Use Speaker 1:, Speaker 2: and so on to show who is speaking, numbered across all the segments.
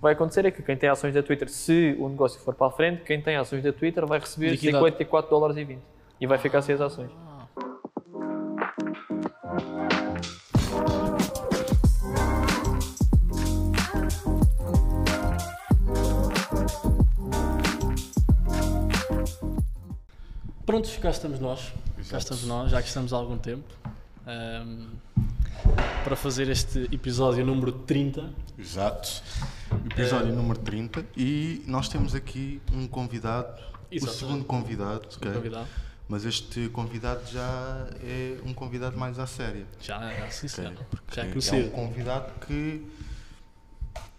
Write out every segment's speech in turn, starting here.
Speaker 1: vai acontecer é que quem tem ações da Twitter, se o negócio for para a frente, quem tem ações da Twitter vai receber
Speaker 2: Liquidado.
Speaker 1: 54 dólares e 20 e vai ficar sem as ações.
Speaker 2: Prontos, cá estamos nós. Cá
Speaker 3: Exato.
Speaker 2: estamos nós, já que estamos há algum tempo. ahm, para fazer este episódio número 30.
Speaker 3: Exato. Episódio
Speaker 2: Eh,
Speaker 3: número 30. E nós temos aqui um convidado,
Speaker 2: Exato.
Speaker 3: o segundo convidado, ok?
Speaker 2: Convidado.
Speaker 3: mas este convidado já é um convidado mais à séria.
Speaker 2: Já, já, sim,
Speaker 3: ok?
Speaker 2: senhor.
Speaker 3: Porque
Speaker 2: Já é
Speaker 3: é um
Speaker 2: conhecido.
Speaker 3: convidado que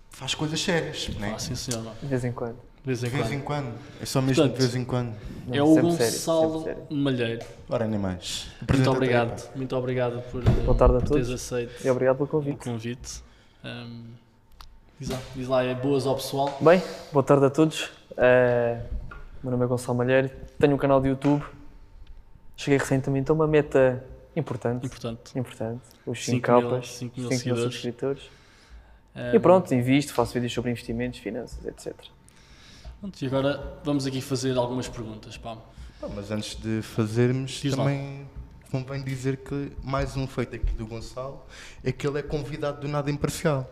Speaker 3: faz coisas sérias, né?
Speaker 2: Ah, sim, senhor.
Speaker 1: De vez em quando.
Speaker 2: De vez em
Speaker 3: de vez em
Speaker 2: quando.
Speaker 3: quando. É só mesmo
Speaker 2: Portanto,
Speaker 3: de vez em quando.
Speaker 1: Não,
Speaker 2: É o
Speaker 1: sempre sério,
Speaker 2: Gonçalo
Speaker 1: sempre sério.
Speaker 2: Malheiro.
Speaker 3: Ora, nem mais.
Speaker 2: Muito
Speaker 3: Apresenta-te aí, pá.
Speaker 2: obrigado. Muito obrigado por,
Speaker 1: Boa tarde a
Speaker 2: por teres
Speaker 1: todos.
Speaker 2: aceito
Speaker 1: E obrigado pelo
Speaker 2: o
Speaker 1: convite.
Speaker 2: convite. Ahm, diz, lá, diz lá, é boas ao pessoal.
Speaker 1: Bem, boa tarde a todos. Eh, meu nome é Gonçalo Malheiro, tenho um canal de YouTube. Cheguei recentemente a uma meta importante,
Speaker 2: Importante.
Speaker 1: importante, os 5
Speaker 2: Cinco mil-
Speaker 1: capas,
Speaker 2: cinco
Speaker 1: 5
Speaker 2: mil
Speaker 1: mil
Speaker 2: seguidores. É
Speaker 1: subscritores.
Speaker 2: Ahm,
Speaker 1: E pronto, invisto, faço vídeos sobre investimentos, finanças, etc.
Speaker 2: pronto, E agora vamos aqui fazer algumas perguntas. Pá.
Speaker 3: Ah, Mas antes de fazermos,
Speaker 2: Diz lá.
Speaker 3: também convém dizer que mais um feito aqui do Gonçalo é que ele é convidado do nada imparcial.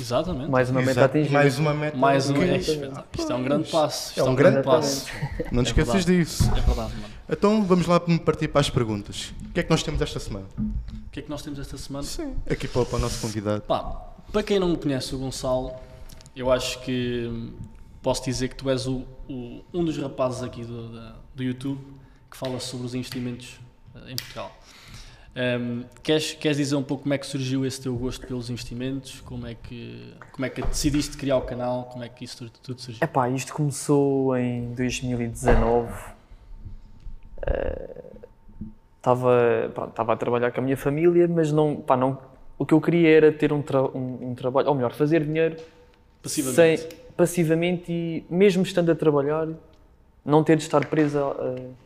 Speaker 2: Exatamente.
Speaker 1: Mais uma meta
Speaker 3: Exato.
Speaker 1: atingida.
Speaker 3: Mais uma meta.
Speaker 2: Mais um.
Speaker 3: que-
Speaker 2: É, espetáculo. isto é um grande passo. Isto
Speaker 3: Então, É um grande
Speaker 1: passo.
Speaker 3: Não te esqueças disso.
Speaker 2: É verdade, mano.
Speaker 3: Então vamos lá partir para as perguntas. O que é que nós temos esta semana?
Speaker 2: O que é que nós temos esta semana?
Speaker 3: Sim. Aqui para, para o nosso convidado.
Speaker 2: Pá, para quem não me conhece, o Gonçalo, eu acho que hum, posso dizer que tu és o, o- um dos rapazes aqui do, da- do YouTube que fala sobre os investimentos eh, em Portugal. Hum, queres, queres dizer um pouco como é que surgiu esse teu gosto pelos investimentos? Como é que, como é que decidiste criar o canal? Como é que isso tudo, tudo surgiu?
Speaker 1: Epá, isto começou em 2019. Eh, Estava estava a trabalhar com a minha família, mas não, pá, não, o que eu queria era ter um, tra- um- um trabalho, ou melhor, fazer dinheiro
Speaker 2: Passivamente.
Speaker 1: sem- passivamente e mesmo estando a trabalhar, não ter de estar preso a,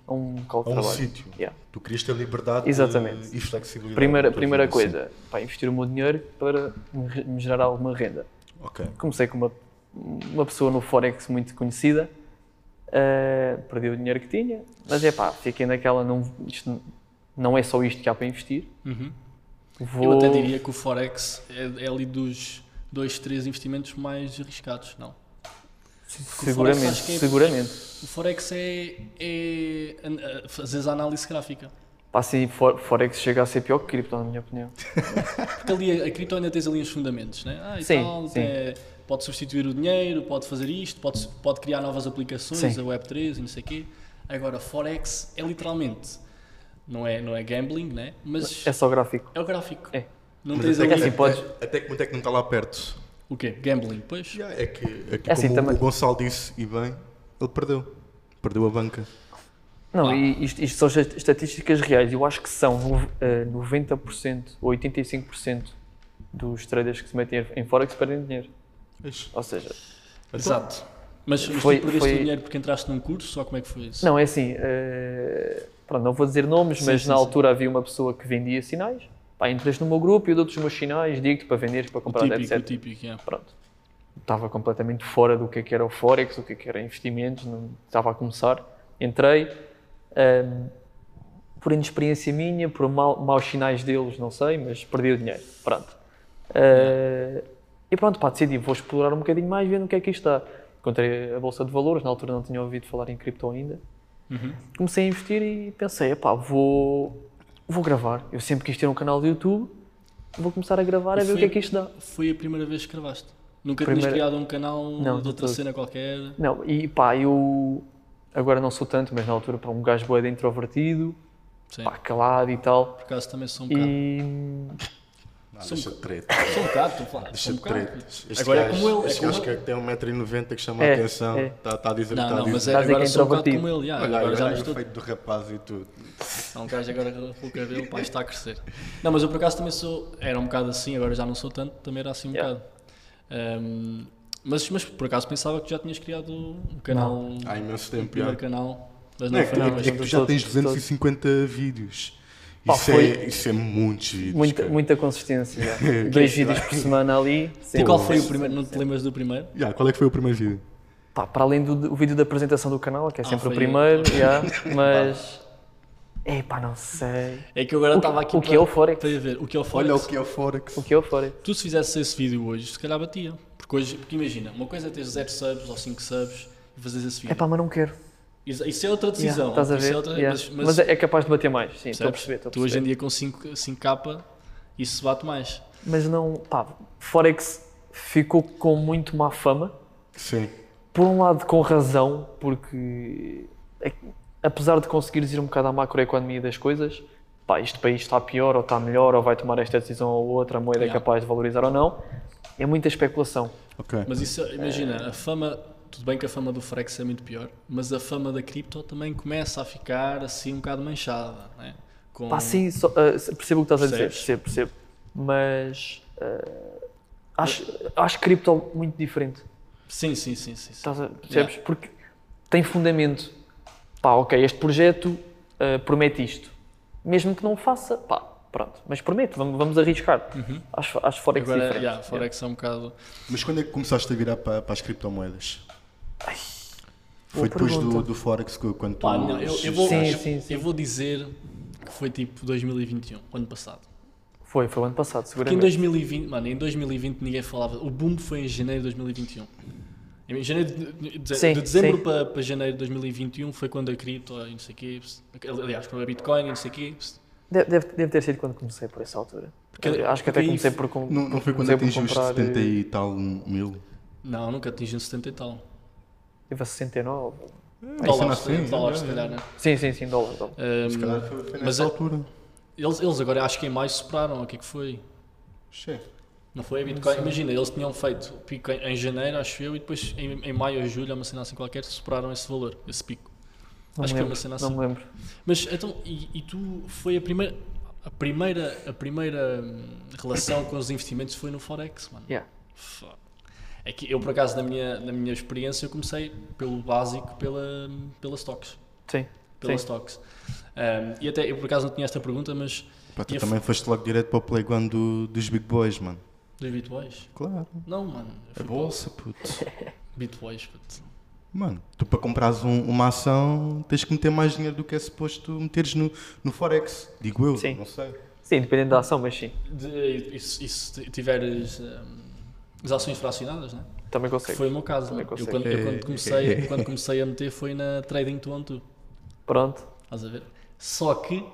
Speaker 1: a um local de
Speaker 3: A um
Speaker 1: trabalho.
Speaker 3: sítio.
Speaker 1: Yeah.
Speaker 3: Tu querias ter liberdade
Speaker 1: Exatamente.
Speaker 3: e flexibilidade.
Speaker 1: Primeira,
Speaker 3: na tua
Speaker 1: primeira
Speaker 3: vida,
Speaker 1: coisa, pá, investir o meu dinheiro para me re- me gerar alguma renda.
Speaker 3: sim. Ok.
Speaker 1: comecei com uma, uma pessoa no Forex muito conhecida, uh, perdi o dinheiro que tinha, mas é pá, fiquei naquela, não, isto não é só isto que há para investir.
Speaker 2: Uhum.
Speaker 1: Vou,
Speaker 2: Eu até diria que o Forex é, é ali dos dois, três investimentos mais arriscados, não? o Forex
Speaker 1: seguramente,
Speaker 2: acho que é-
Speaker 1: seguramente.
Speaker 2: O Forex é, é an- a- fazeres a análise gráfica.
Speaker 1: Pá, se for, Forex chega a ser pior que cripto, na minha opinião.
Speaker 2: Porque ali a, a cripto ainda tens ali uns fundamentos, né? Ah, e
Speaker 1: Sim,
Speaker 2: tal,
Speaker 1: sim.
Speaker 2: é- pode substituir o dinheiro, pode fazer isto, pode, pode criar novas aplicações,
Speaker 1: Sim.
Speaker 2: a Web3 e não sei o quê. Agora, Forex é literalmente, não é, não é gambling, né? Mas
Speaker 1: É
Speaker 2: é,
Speaker 1: só gráfico.
Speaker 2: o gráfico.
Speaker 1: É.
Speaker 2: Não
Speaker 3: Mas
Speaker 2: tens
Speaker 3: até,
Speaker 2: ali...
Speaker 1: assim,
Speaker 3: que,
Speaker 1: podes-
Speaker 3: até, até que muito é que não está lá perto.
Speaker 2: O quê? Gambling, pois?
Speaker 3: Já, É que, é que
Speaker 1: É assim,
Speaker 3: como
Speaker 1: também-
Speaker 3: o Gonçalo disse, e bem, ele perdeu. Perdeu a banca.
Speaker 1: Não,
Speaker 2: Ah.
Speaker 1: e isto, isto são est- estatísticas reais. Eu acho que são no- eh, 90% ou 85% dos traders que se metem em Forex perdem dinheiro.
Speaker 3: Ixi.
Speaker 1: Ou seja, Então,
Speaker 2: Exato. Mas, mas
Speaker 1: Foi-
Speaker 2: tu perdeste
Speaker 1: foi-
Speaker 2: o dinheiro porque entraste num curso, só como é que foi isso?
Speaker 1: Não, é assim. eh, pronto, não vou dizer nomes,
Speaker 2: Sim,
Speaker 1: mas
Speaker 2: sim,
Speaker 1: na
Speaker 2: sim.
Speaker 1: altura havia uma pessoa que vendia sinais. Pá, entras no meu grupo e eu dou-te os meus sinais, digo-te para venderes, para
Speaker 2: o
Speaker 1: comprar,
Speaker 2: típico, o
Speaker 1: etc.
Speaker 2: típico, é.
Speaker 1: Pronto. Estava completamente fora do que é que era o Forex, o que é que era investimentos, não estava a começar. Entrei, ahm, por inexperiência minha, por mau, maus sinais deles, não sei, mas perdi o dinheiro. Pronto. Ah, e pronto, pá, decidi, vou explorar um bocadinho mais, vendo o que é que isto está. Encontrei a Bolsa de Valores, na altura não tinha ouvido falar em cripto ainda. Comecei a investir e pensei, epá, vou, vou gravar. Eu sempre quis ter um canal de YouTube, vou começar a gravar
Speaker 2: E
Speaker 1: a ver o
Speaker 2: foi-
Speaker 1: que é que isto dá.
Speaker 2: Foi a primeira vez que gravaste? Nunca tinhas
Speaker 1: Primeira-
Speaker 2: criado um canal
Speaker 1: Não,
Speaker 2: de
Speaker 1: de
Speaker 2: outra
Speaker 1: todo.
Speaker 2: cena qualquer?
Speaker 1: Não, e pá, eu agora não sou tanto, mas na altura, pá, um gajo boeda introvertido,
Speaker 2: Sim,
Speaker 1: pá, calado e tal.
Speaker 2: por acaso também sou um bocado.
Speaker 1: E
Speaker 3: Não,
Speaker 2: Sou
Speaker 3: deixa de treta.
Speaker 2: Sou um bocado, tu falas.
Speaker 3: Deixa
Speaker 2: sou um
Speaker 3: de
Speaker 2: bocado.
Speaker 3: tretas. Este
Speaker 2: Agora é
Speaker 3: Ah, gajo-
Speaker 2: como ele. É
Speaker 3: Este
Speaker 2: como
Speaker 3: gajo
Speaker 2: ele.
Speaker 3: que tem 1,90m que chama a
Speaker 1: É,
Speaker 3: atenção.
Speaker 1: é.
Speaker 3: Está a dizer o que
Speaker 2: Não,
Speaker 3: está a
Speaker 2: não, mas
Speaker 3: dizer.
Speaker 2: é,
Speaker 1: Estás a
Speaker 2: agora
Speaker 1: que
Speaker 2: sou um bocado
Speaker 1: introvertido.
Speaker 2: como ele. já,
Speaker 3: Olha,
Speaker 2: agora já não
Speaker 3: olha,
Speaker 2: estou.
Speaker 3: o feito do rapaz e tudo.
Speaker 2: Há um gajo agora com o cabelo, pá, está a crescer. Não, mas eu por acaso também sou. Era um bocado assim, agora já não sou tanto, também era assim um
Speaker 1: Yeah.
Speaker 2: bocado. Ahm, mas, mas por acaso pensava que já tinhas criado um canal. Um
Speaker 3: Há imenso tempo, já.
Speaker 2: primeiro canal. Mas
Speaker 3: Ah, Não,
Speaker 2: não
Speaker 3: é que,
Speaker 2: foi
Speaker 3: é
Speaker 2: não, mas
Speaker 3: que tu já
Speaker 1: todos,
Speaker 3: tens
Speaker 1: todos.
Speaker 3: 250 vídeos.
Speaker 1: Pá,
Speaker 3: isso,
Speaker 1: foi
Speaker 3: é, isso é muito giro.
Speaker 1: muita,
Speaker 3: cara.
Speaker 1: muita consistência. já. Dois vídeos por semana ali.
Speaker 2: E
Speaker 1: sempre.
Speaker 2: qual foi o primeiro? Não te lembras do primeiro?
Speaker 3: Yeah, qual é que foi o primeiro vídeo?
Speaker 1: Pá, para além do, o vídeo da apresentação do canal, que é sempre
Speaker 2: Ah, foi
Speaker 1: o primeiro, já, mas. Epá, não sei.
Speaker 2: É que eu agora
Speaker 1: O-
Speaker 2: estava aqui
Speaker 1: o que é o Forex?
Speaker 2: para ver o que é o Forex.
Speaker 3: Olha o que é o Forex.
Speaker 1: O que eu farei?
Speaker 2: Tu se fizesse esse vídeo hoje, se calhar batia. Porque hoje, porque imagina, uma coisa é ter 0 subs ou 5 subs e fazeres esse vídeo.
Speaker 1: Epá, mas não quero.
Speaker 2: Isso, isso é outra
Speaker 1: Yeah,
Speaker 2: decisão.
Speaker 1: estás a
Speaker 2: isso
Speaker 1: ver?
Speaker 2: é outra,
Speaker 1: Yeah.
Speaker 2: mas,
Speaker 1: Mas,
Speaker 2: mas,
Speaker 1: é é capaz de bater mais, sim, estou a
Speaker 2: percebes?
Speaker 1: perceber. estou a
Speaker 2: tu hoje
Speaker 1: perceber.
Speaker 2: em dia com 5, 5k, isso bate mais.
Speaker 1: Mas não, pá, Forex ficou com muito má fama.
Speaker 3: Sim.
Speaker 1: Por um lado, com razão, porque é que, apesar de conseguires ir um bocado à macroeconomia das coisas, pá, este país está pior ou está melhor, ou vai tomar esta decisão ou outra, a moeda
Speaker 2: Yeah.
Speaker 1: é capaz de valorizar ou não, é muita especulação.
Speaker 3: Ok.
Speaker 2: Mas isso,
Speaker 1: É.
Speaker 2: imagina, a fama, tudo bem que a fama do Forex é muito pior, mas a fama da cripto também começa a ficar assim um bocado manchada, né? Com...
Speaker 1: Pá, sim, só, ah, se- percebo o que estás a dizer,
Speaker 2: Percebes?
Speaker 1: percebo, percebo. Mas ah, acho, acho cripto muito diferente.
Speaker 2: Sim, sim, sim, sim. sim.
Speaker 1: Estás a- percebes? Porque tem fundamento. Pá, ok, este projeto ah, promete isto. Mesmo que não faça, pá, pronto. Mas promete, vamos, vamos arriscar. Acho, acho Forex
Speaker 2: Uhum. Agora,
Speaker 1: diferente.
Speaker 2: yeah, Forex é um bocado.
Speaker 3: Mas quando é que começaste a virar para, para as criptomoedas?
Speaker 1: boa
Speaker 3: Foi depois do,
Speaker 1: pergunta.
Speaker 3: do Forex que- quando tu.
Speaker 2: Pá, não, eu, eu vou,
Speaker 1: Então, Sim,
Speaker 2: eu-
Speaker 1: sim, sim.
Speaker 2: eu vou dizer que foi tipo 2021, ano passado.
Speaker 1: Foi, foi o ano passado,
Speaker 2: Porque em
Speaker 1: seguramente.
Speaker 2: 2020, mano, em 2020 ninguém falava. O boom foi em janeiro de 2021. Em janeiro de, de- de-
Speaker 1: Sim,
Speaker 2: de dezembro
Speaker 1: sim.
Speaker 2: para, para janeiro de 2021 foi quando a cripto e não sei o quê, pss, aliás, quando a Bitcoin e não sei o quê, pss,
Speaker 1: Deve, deve- deve ter sido quando comecei por essa altura.
Speaker 2: Porque-
Speaker 1: Eu acho que até
Speaker 2: porque
Speaker 1: comecei
Speaker 2: isso-
Speaker 1: por. com-
Speaker 3: Não, não foi quando
Speaker 1: comecei por
Speaker 3: atingiste
Speaker 1: comprar, eh,
Speaker 3: 70 e tal mil?
Speaker 2: Não, nunca atingiu 70 e tal.
Speaker 1: Tive a 69.
Speaker 3: cena
Speaker 2: Dólares,
Speaker 3: assim,
Speaker 2: dólares
Speaker 3: é,
Speaker 2: se calhar, né?
Speaker 1: Sim, sim, sim, dólares. dólares.
Speaker 2: Ahm,
Speaker 3: Se calhar foi, foi
Speaker 2: mas
Speaker 3: nessa
Speaker 2: é-
Speaker 3: altura.
Speaker 2: eles, eles agora acho que em maio superaram, o que é que foi?
Speaker 3: Sim.
Speaker 2: Não foi a Bitcoin? Imagina, eles tinham feito o pico em, em janeiro, acho eu, e depois em, em maio ou julho, há uma cena assim qualquer, superaram esse valor, esse pico.
Speaker 1: Não
Speaker 2: acho
Speaker 1: me
Speaker 2: que é
Speaker 1: lembro,
Speaker 2: uma cena
Speaker 1: Não
Speaker 2: assim.
Speaker 1: me lembro.
Speaker 2: Mas então, e, e tu foi a primeira. A primeira, a primeira hum, relação com os investimentos foi no Forex, mano.
Speaker 1: Yeah.
Speaker 2: Fá. É que eu, por acaso, na minha, na minha experiência, eu comecei pelo básico, pela, pela stocks.
Speaker 1: Sim.
Speaker 2: Pela
Speaker 1: sim.
Speaker 2: stocks. Ahm, e até, eu por acaso não tinha esta pergunta, mas
Speaker 3: Pá, tu
Speaker 2: E a
Speaker 3: também foste logo direto para o playground do- dos Big Boys, mano.
Speaker 2: Dos Bitboys?
Speaker 3: Claro.
Speaker 2: Não, mano. eu
Speaker 3: A
Speaker 1: É
Speaker 2: fui
Speaker 3: bolsa, puto.
Speaker 2: para Bitboys, puto.
Speaker 3: Mano, tu para comprares um- uma ação tens que meter mais dinheiro do que é suposto meteres no, no Forex. Digo eu,
Speaker 1: Sim.
Speaker 3: não sei.
Speaker 1: Sim, dependendo da ação, mas sim.
Speaker 2: De- e se- e se tiveres hum, as ações fracionadas, né?
Speaker 1: Também
Speaker 2: Que
Speaker 1: consigo.
Speaker 2: foi o meu caso.
Speaker 1: Também
Speaker 2: né? Eu,
Speaker 1: consegue.
Speaker 2: quando, eu quando comecei, quando comecei a meter foi na Trading to on to.
Speaker 1: Pronto.
Speaker 2: Estás a ver? Só que,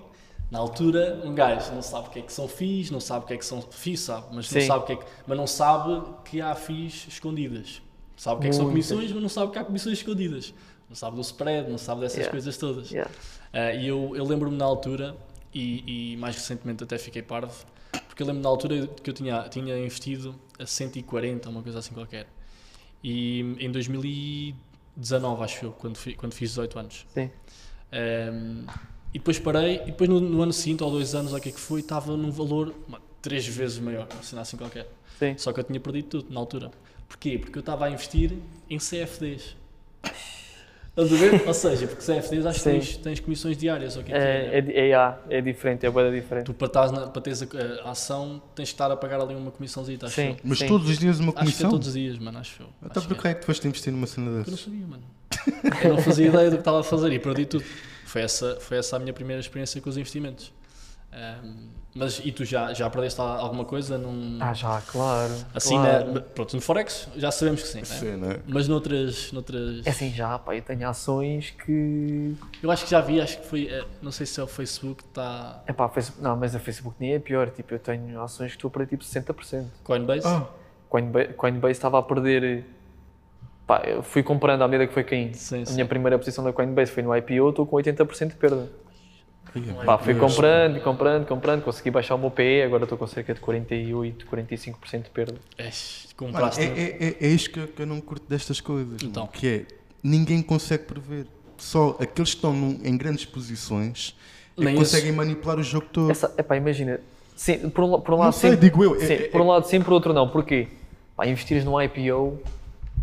Speaker 2: na altura, um gajo não sabe o que é que são FIIs, não sabe o que é que são. FIIs sabe, mas não,
Speaker 1: Sim.
Speaker 2: sabe o que é que, mas não sabe que há FIIs escondidas. Sabe o que é que são
Speaker 1: Muitas.
Speaker 2: comissões, mas não sabe que há comissões escondidas. Não sabe do spread, não sabe dessas
Speaker 1: Yeah.
Speaker 2: coisas todas.
Speaker 1: Yeah.
Speaker 2: Ah, e eu, eu lembro-me na altura, e, e mais recentemente até fiquei parvo, porque eu lembro na altura que eu tinha, tinha investido a 140, uma coisa assim qualquer. E em 2019, acho eu, quando, fi- quando fiz 18 anos.
Speaker 1: Sim.
Speaker 2: Ahm, e depois parei, e depois no, no ano seguinte, ou dois anos, ou o que é que foi, estava num valor mano, três vezes maior, uma cena assim qualquer.
Speaker 1: Sim.
Speaker 2: Só que eu tinha perdido tudo na altura. Porquê? Porque eu estava a investir em CFDs. Estás a ver? Ou seja, porque CFDs acho que
Speaker 1: Sim.
Speaker 2: tens, tens comissões diárias, ou o que é que é?
Speaker 1: É, é, di- é, ah, é diferente, é boa diferente.
Speaker 2: Tu para, estás na- para teres a, a ação tens que estar a pagar ali uma comissãozinha, acho
Speaker 1: Sim.
Speaker 2: eu.
Speaker 3: Mas
Speaker 1: sim.
Speaker 3: todos os dias uma
Speaker 2: Acho que é
Speaker 3: comissão?
Speaker 2: todos os dias, mano, acho eu.
Speaker 3: Até
Speaker 2: Acho que é.
Speaker 3: porque é que tu foste investir numa cena
Speaker 2: Eu não
Speaker 3: dessas?
Speaker 2: sabia, mano. Eu não fazia ideia do que estava a fazer e perdi tudo. Foi essa, foi essa a minha primeira experiência com os investimentos. Ahm, mas e tu já, já perdeste al- alguma coisa num,
Speaker 1: Ah, já, claro.
Speaker 2: assim
Speaker 1: claro.
Speaker 2: na- pronto, no Forex? Já sabemos que sim, né?
Speaker 3: Sim, né?
Speaker 2: mas noutras, noutras
Speaker 1: É assim já, pá, eu tenho ações que.
Speaker 2: eu acho que já vi, acho que foi, eh, não sei se é o Facebook que tá está
Speaker 1: É pá, Facebook... não, mas a Facebook nem é pior. Tipo, eu tenho ações que estou a perder tipo 60%.
Speaker 2: Coinbase.
Speaker 3: Ah,
Speaker 1: Coinbase, Coinbase estava a perder. Pá, eu fui comprando à medida que foi caindo.
Speaker 2: Sim,
Speaker 1: a
Speaker 2: sim.
Speaker 1: minha primeira posição da Coinbase foi no IPO, estou com 80% de perda.
Speaker 3: ia.
Speaker 1: Pá, fui comprando, comprando, comprando, consegui baixar o meu PE, agora estou com cerca de 48, 45% de perda.
Speaker 2: É,
Speaker 3: Mano,
Speaker 2: compraste.
Speaker 3: é, é, é, é isto que eu, que eu não curto destas coisas. mano,
Speaker 2: Então.
Speaker 3: que é, ninguém consegue prever. Só aqueles que estão num- em grandes posições é que
Speaker 2: Nem
Speaker 3: conseguem manipular o jogo todo.
Speaker 1: Essa, epá, imagina, sim, por um, la- por um
Speaker 3: Hum. Não
Speaker 1: lado
Speaker 3: sei,
Speaker 1: sempre-
Speaker 3: digo eu, é-
Speaker 1: sim,
Speaker 3: é-
Speaker 1: por um lado sim, por outro não. Porquê? Pá, investires num IPO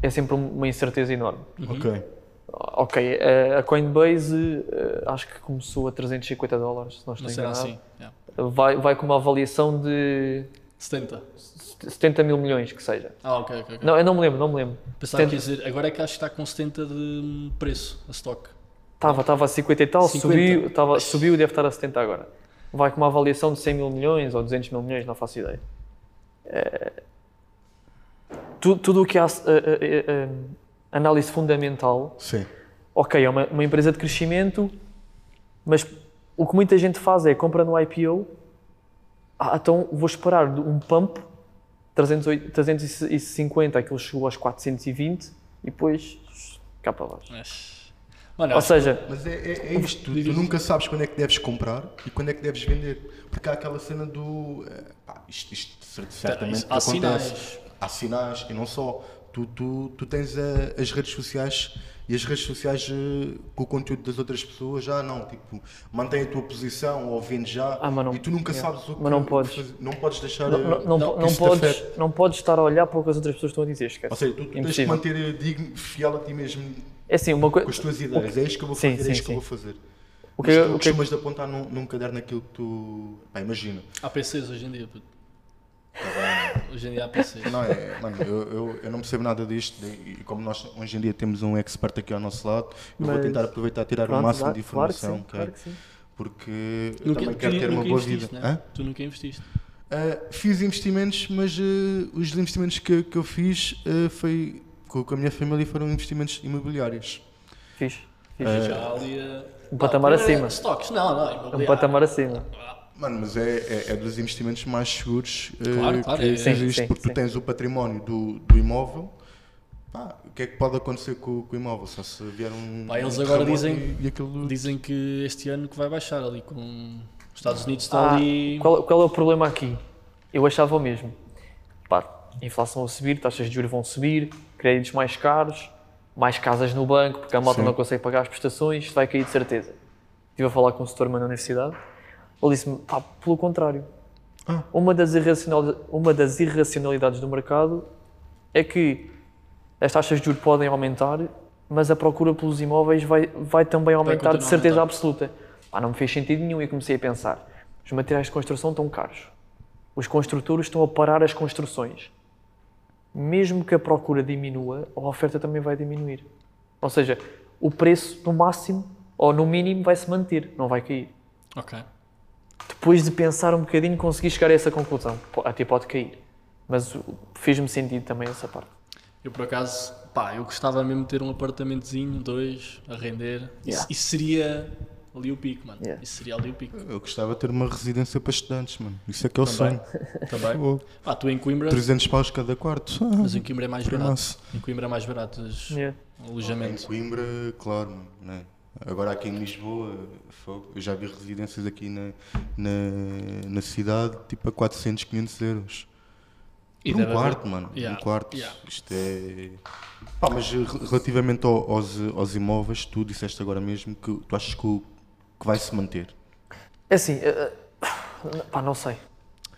Speaker 1: é sempre um- uma incerteza enorme.
Speaker 3: Ok.
Speaker 1: Ok, eh, a Coinbase eh, acho que começou a 350 dólares, se não
Speaker 2: Uma
Speaker 1: estou
Speaker 2: cena
Speaker 1: enganado.
Speaker 2: assim. yeah.
Speaker 1: Vai, vai com uma avaliação de
Speaker 2: 70.
Speaker 1: 70 mil milhões, que seja.
Speaker 2: Ah, ok, ok. ok.
Speaker 1: Não, eu não me lembro, não me lembro.
Speaker 2: Pensava que ia
Speaker 1: 70.
Speaker 2: dizer, agora é que acho que está com 70 de preço a stock.
Speaker 1: Estava, estava a 50 e tal,
Speaker 2: 50.
Speaker 1: subiu, estava, subiu e deve estar a 70 agora. Vai com uma avaliação de 100 mil milhões ou 200 mil milhões, não faço ideia. Eh, tu- tudo o que há eh, eh, eh, análise fundamental
Speaker 3: Sim.
Speaker 1: ok, é uma, uma empresa de crescimento, mas o que muita gente faz é compra no IPO, ah, então vou esperar de um pump, 308 350, aquilo chegou aos 420 e depois cá para baixo.
Speaker 2: Mas... Mano,
Speaker 1: Ou
Speaker 2: acho-
Speaker 1: seja,
Speaker 3: Mas é, é, é isto, tu, tu nunca sabes quando é que deves comprar e quando é que deves vender. Porque há aquela cena do. eh, pá, isto, isto cer- certamente
Speaker 2: há sinais.
Speaker 3: acontece. Há sinais e não só. Tu, tu, tu tens eh, as redes sociais e as redes sociais eh, com o conteúdo das outras pessoas já não. Tipo, mantém a tua posição ou vende já.
Speaker 1: Ah, mas não-
Speaker 3: e tu nunca
Speaker 1: yeah.
Speaker 3: sabes o que
Speaker 1: Mas não
Speaker 3: o que
Speaker 1: podes.
Speaker 3: fazer. Não podes deixar.
Speaker 1: não,
Speaker 3: eh,
Speaker 1: não- não,
Speaker 3: que
Speaker 1: não
Speaker 3: isso te afete.
Speaker 1: podes, não podes estar a olhar para o que as outras pessoas estão a dizer, esquece.
Speaker 3: Ou seja, tu, tu tens que
Speaker 1: Impossível.
Speaker 3: manter eh, digno, fiel a ti mesmo
Speaker 1: É assim, uma coisa.
Speaker 3: com as tuas ideias. É isto que eu vou
Speaker 1: Sim,
Speaker 3: fazer, é
Speaker 1: sim,
Speaker 3: isto que eu
Speaker 1: sim.
Speaker 3: vou fazer.
Speaker 1: O
Speaker 3: O
Speaker 1: que-
Speaker 3: que,
Speaker 1: o
Speaker 3: tu
Speaker 1: que- é
Speaker 3: costumas de apontar num, num caderno aquilo que tu. Pá, imagina.
Speaker 2: Há PCs hoje em dia, puto. Hoje em dia há PCs.
Speaker 3: Não, é, mano, eu, eu, eu não percebo nada disto e e como nós hoje em dia temos um expert aqui ao nosso lado, eu vou
Speaker 1: Mas-
Speaker 3: tentar aproveitar e tirar
Speaker 1: Pronto,
Speaker 3: o máximo
Speaker 1: dá-
Speaker 3: de informação,
Speaker 1: claro que sim, claro
Speaker 3: ok?
Speaker 1: que sim.
Speaker 3: porque eu
Speaker 2: Nunca-
Speaker 3: também
Speaker 2: tu
Speaker 3: quero
Speaker 2: nu-
Speaker 3: ter uma
Speaker 2: nunca
Speaker 3: boa vida.
Speaker 2: investiste, né?
Speaker 3: Hã?
Speaker 2: Tu nunca investiste.
Speaker 3: Uh, fiz investimentos, mas uh, os investimentos que, que eu fiz uh, foi com, com a minha família foram investimentos imobiliários.
Speaker 1: Fixe, fixe.
Speaker 3: Eh,
Speaker 2: É. Já ali a...
Speaker 1: Eh,
Speaker 2: Ah, é
Speaker 1: Um patamar acima.
Speaker 2: Stocks, não, não.
Speaker 1: Um
Speaker 2: imobiliário.
Speaker 1: patamar acima.
Speaker 3: Mano, mas é, é, é dos investimentos mais seguros eh,
Speaker 2: Claro, claro,
Speaker 3: que
Speaker 2: é-
Speaker 3: existem,
Speaker 1: Sim, sim,
Speaker 3: porque
Speaker 1: sim.
Speaker 3: tu tens o património do, do imóvel. Pá, o que é que pode acontecer com, com o imóvel? Só se vier um.
Speaker 2: Pá, eles
Speaker 3: um
Speaker 2: agora
Speaker 3: terremoto
Speaker 2: dizem-
Speaker 3: E, e aquilo...
Speaker 2: Dizem que este ano que vai baixar ali com... Os Estados Unidos está
Speaker 1: Ah,
Speaker 2: ali...
Speaker 1: qual, qual é o problema aqui? Eu achava o mesmo. Pá, inflação a subir, taxas de juros vão subir, créditos mais caros, mais casas no banco, porque a malta
Speaker 3: Sim.
Speaker 1: não consegue pagar as prestações, isto vai cair de certeza. Estive a falar com um setor na universidade, ele disse-me, pá, pelo contrário.
Speaker 3: Ah.
Speaker 1: Uma, das irracional- uma das irracionalidades do mercado é que as taxas de juros podem aumentar, mas a procura pelos imóveis vai, vai também aumentar de
Speaker 2: continuar a
Speaker 1: certeza
Speaker 2: aumentar.
Speaker 1: absoluta. Pá, não me fez sentido nenhum e comecei a pensar: os materiais de construção estão caros, os construtores estão a parar as construções. Mesmo que a procura diminua, a oferta também vai diminuir. Ou seja, o preço no máximo ou no mínimo vai se manter, não vai cair.
Speaker 2: Ok.
Speaker 1: Depois de pensar um bocadinho, consegui chegar a essa conclusão. Po- Até pode cair. Mas o- fez-me sentido também essa parte.
Speaker 2: Eu por acaso, pá, eu gostava mesmo de ter um apartamentozinho, dois, a render.
Speaker 1: Yeah.
Speaker 2: Isso, isso seria ali o pico, mano.
Speaker 1: Yeah.
Speaker 2: Isso seria ali o pico.
Speaker 3: Eu gostava de ter uma residência para estudantes, mano. Isso é que é o
Speaker 2: Também.
Speaker 3: sonho.
Speaker 2: Também.
Speaker 3: Pô,
Speaker 2: Pá, tu em Coimbra,
Speaker 3: 300 paus cada quarto. Ah,
Speaker 2: mas em Coimbra é mais barato.
Speaker 3: primaço.
Speaker 2: Em Coimbra é mais barato os
Speaker 1: Yeah.
Speaker 3: Em
Speaker 2: alojamentos.
Speaker 3: Coimbra, claro, mano. né? Agora aqui em Lisboa, fogo, eu já vi residências aqui na, na, na cidade, tipo a 400, 500 euros.
Speaker 2: E
Speaker 3: Por um
Speaker 2: deve haver-
Speaker 3: quarto, mano.
Speaker 2: Yeah,
Speaker 3: Um quarto.
Speaker 2: yeah.
Speaker 3: Isto é. Pá, mas eh, re- relativamente ao- aos, aos imóveis, tu disseste agora mesmo que tu achas que, o- que vai se manter.
Speaker 1: É assim, eh, eh, pá, não sei.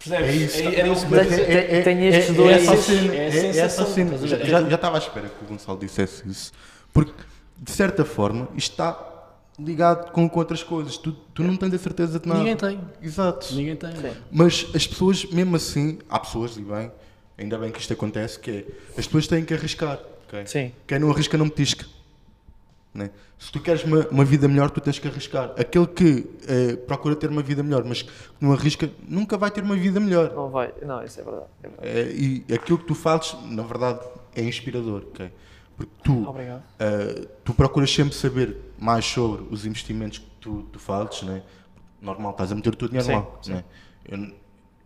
Speaker 2: Percebes?
Speaker 3: tá-
Speaker 2: era isso que eu
Speaker 1: mas-
Speaker 2: ia dizer.
Speaker 1: tem- tem estes
Speaker 3: é,
Speaker 1: dois-
Speaker 3: É essa cena.
Speaker 2: é
Speaker 3: É,
Speaker 2: essa
Speaker 3: é essa
Speaker 2: sensação,
Speaker 3: cena.
Speaker 2: estás a
Speaker 3: Já
Speaker 2: ver?
Speaker 3: já- já estava à espera que o Gonçalo dissesse isso. Porque, de certa forma, isto está ligado com, com outras coisas. Tu, tu não tens a certeza de nada.
Speaker 2: Ninguém tem.
Speaker 3: Exato.
Speaker 2: Ninguém tem. mano.
Speaker 3: Mas as pessoas, mesmo assim, há pessoas, e bem, ainda bem que isto acontece, que é, as pessoas têm que arriscar. ok?
Speaker 1: Sim.
Speaker 3: Quem não arrisca não petisca. Né? Se tu queres uma, uma vida melhor, tu tens que arriscar. Aquele que eh, procura ter uma vida melhor, mas que não arrisca, nunca vai ter uma vida melhor.
Speaker 1: Não vai. Não, isso é verdade. É verdade.
Speaker 3: Eh, e aquilo que tu fazes, na verdade, é inspirador. ok? Porque tu,
Speaker 1: Obrigado.
Speaker 3: Uh, tu procuras sempre saber mais sobre os investimentos que tu, tu fazes, né? normal, estás a meter o teu dinheiro
Speaker 1: Sim,
Speaker 3: lá. Né? Eu, n-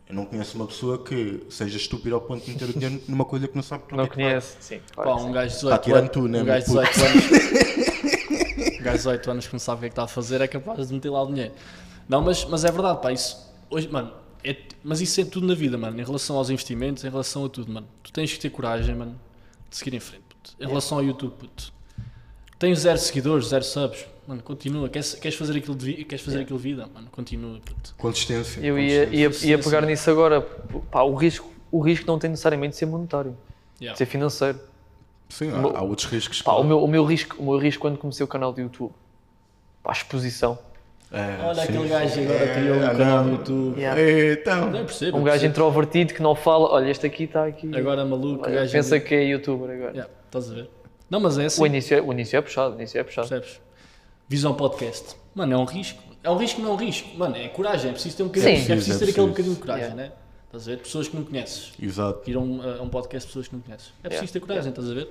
Speaker 3: eu não conheço uma pessoa que seja estúpida ao ponto de meter o dinheiro numa coisa que não sabe para onde
Speaker 1: Não
Speaker 3: é que vai.
Speaker 1: conhece. Sim, claro
Speaker 2: Pá,
Speaker 1: é que sim.
Speaker 2: um gajo de 18
Speaker 3: Tá tirando
Speaker 2: anos.
Speaker 3: tu, né,
Speaker 2: um gajo de
Speaker 3: meu
Speaker 2: 18 anos. um gajo de 18 anos que não sabe o que é que está a fazer é capaz de meter lá o dinheiro. Não, mas, mas é verdade, pá, isso. Hoje, mano, é, mas isso é tudo na vida, mano. Em relação aos investimentos, em relação a tudo, mano. Tu tens que ter coragem, mano, de seguir em frente, puto. Em relação ao YouTube, puto. Tens zero seguidores, zero subs. Mano, continua. Queres, queres fazer aquilo de vi- queres fazer aquilo vida? Mano, continua, puto.
Speaker 3: Consistência.
Speaker 1: Eu ia,
Speaker 3: consistência.
Speaker 1: ia,
Speaker 2: sim,
Speaker 1: ia
Speaker 2: sim.
Speaker 1: pegar nisso agora. Pá, o risco, o risco não tem necessariamente de ser monetário,
Speaker 2: Yeah.
Speaker 1: de ser financeiro.
Speaker 3: Sim,
Speaker 1: Mo-
Speaker 3: há, há outros riscos.
Speaker 1: Pá, o,
Speaker 3: claro.
Speaker 1: meu, o meu risco, o meu risco quando comecei o canal do YouTube, pá, a exposição.
Speaker 3: É,
Speaker 2: Olha
Speaker 3: sim.
Speaker 2: aquele gajo agora
Speaker 3: É,
Speaker 2: criou um
Speaker 3: não.
Speaker 2: canal no YouTube.
Speaker 1: Yeah.
Speaker 3: É, então.
Speaker 2: Não eu percebo.
Speaker 1: Um
Speaker 2: eu
Speaker 1: gajo
Speaker 2: percebo.
Speaker 1: introvertido que não fala, olha, este aqui está aqui.
Speaker 2: Agora maluco, o gajo.
Speaker 1: pensa que é youtuber agora.
Speaker 2: Yeah, estás a ver? Não, mas é assim.
Speaker 1: O, início é, o início é puxado, o início é puxado.
Speaker 2: Percebes? Visão podcast. Mano, é um risco. É um risco, não é um risco. Mano, é coragem. É preciso ter um bocadinho.
Speaker 1: Sim.
Speaker 2: é preciso
Speaker 3: É
Speaker 2: ter
Speaker 3: preciso.
Speaker 2: aquele bocadinho de coragem,
Speaker 1: Yeah.
Speaker 2: né? Estás a ver? Pessoas que não conheces.
Speaker 3: Exato.
Speaker 2: Ir a um, a um podcast de pessoas que não conheces. É preciso
Speaker 1: Yeah.
Speaker 2: ter coragem, estás a ver?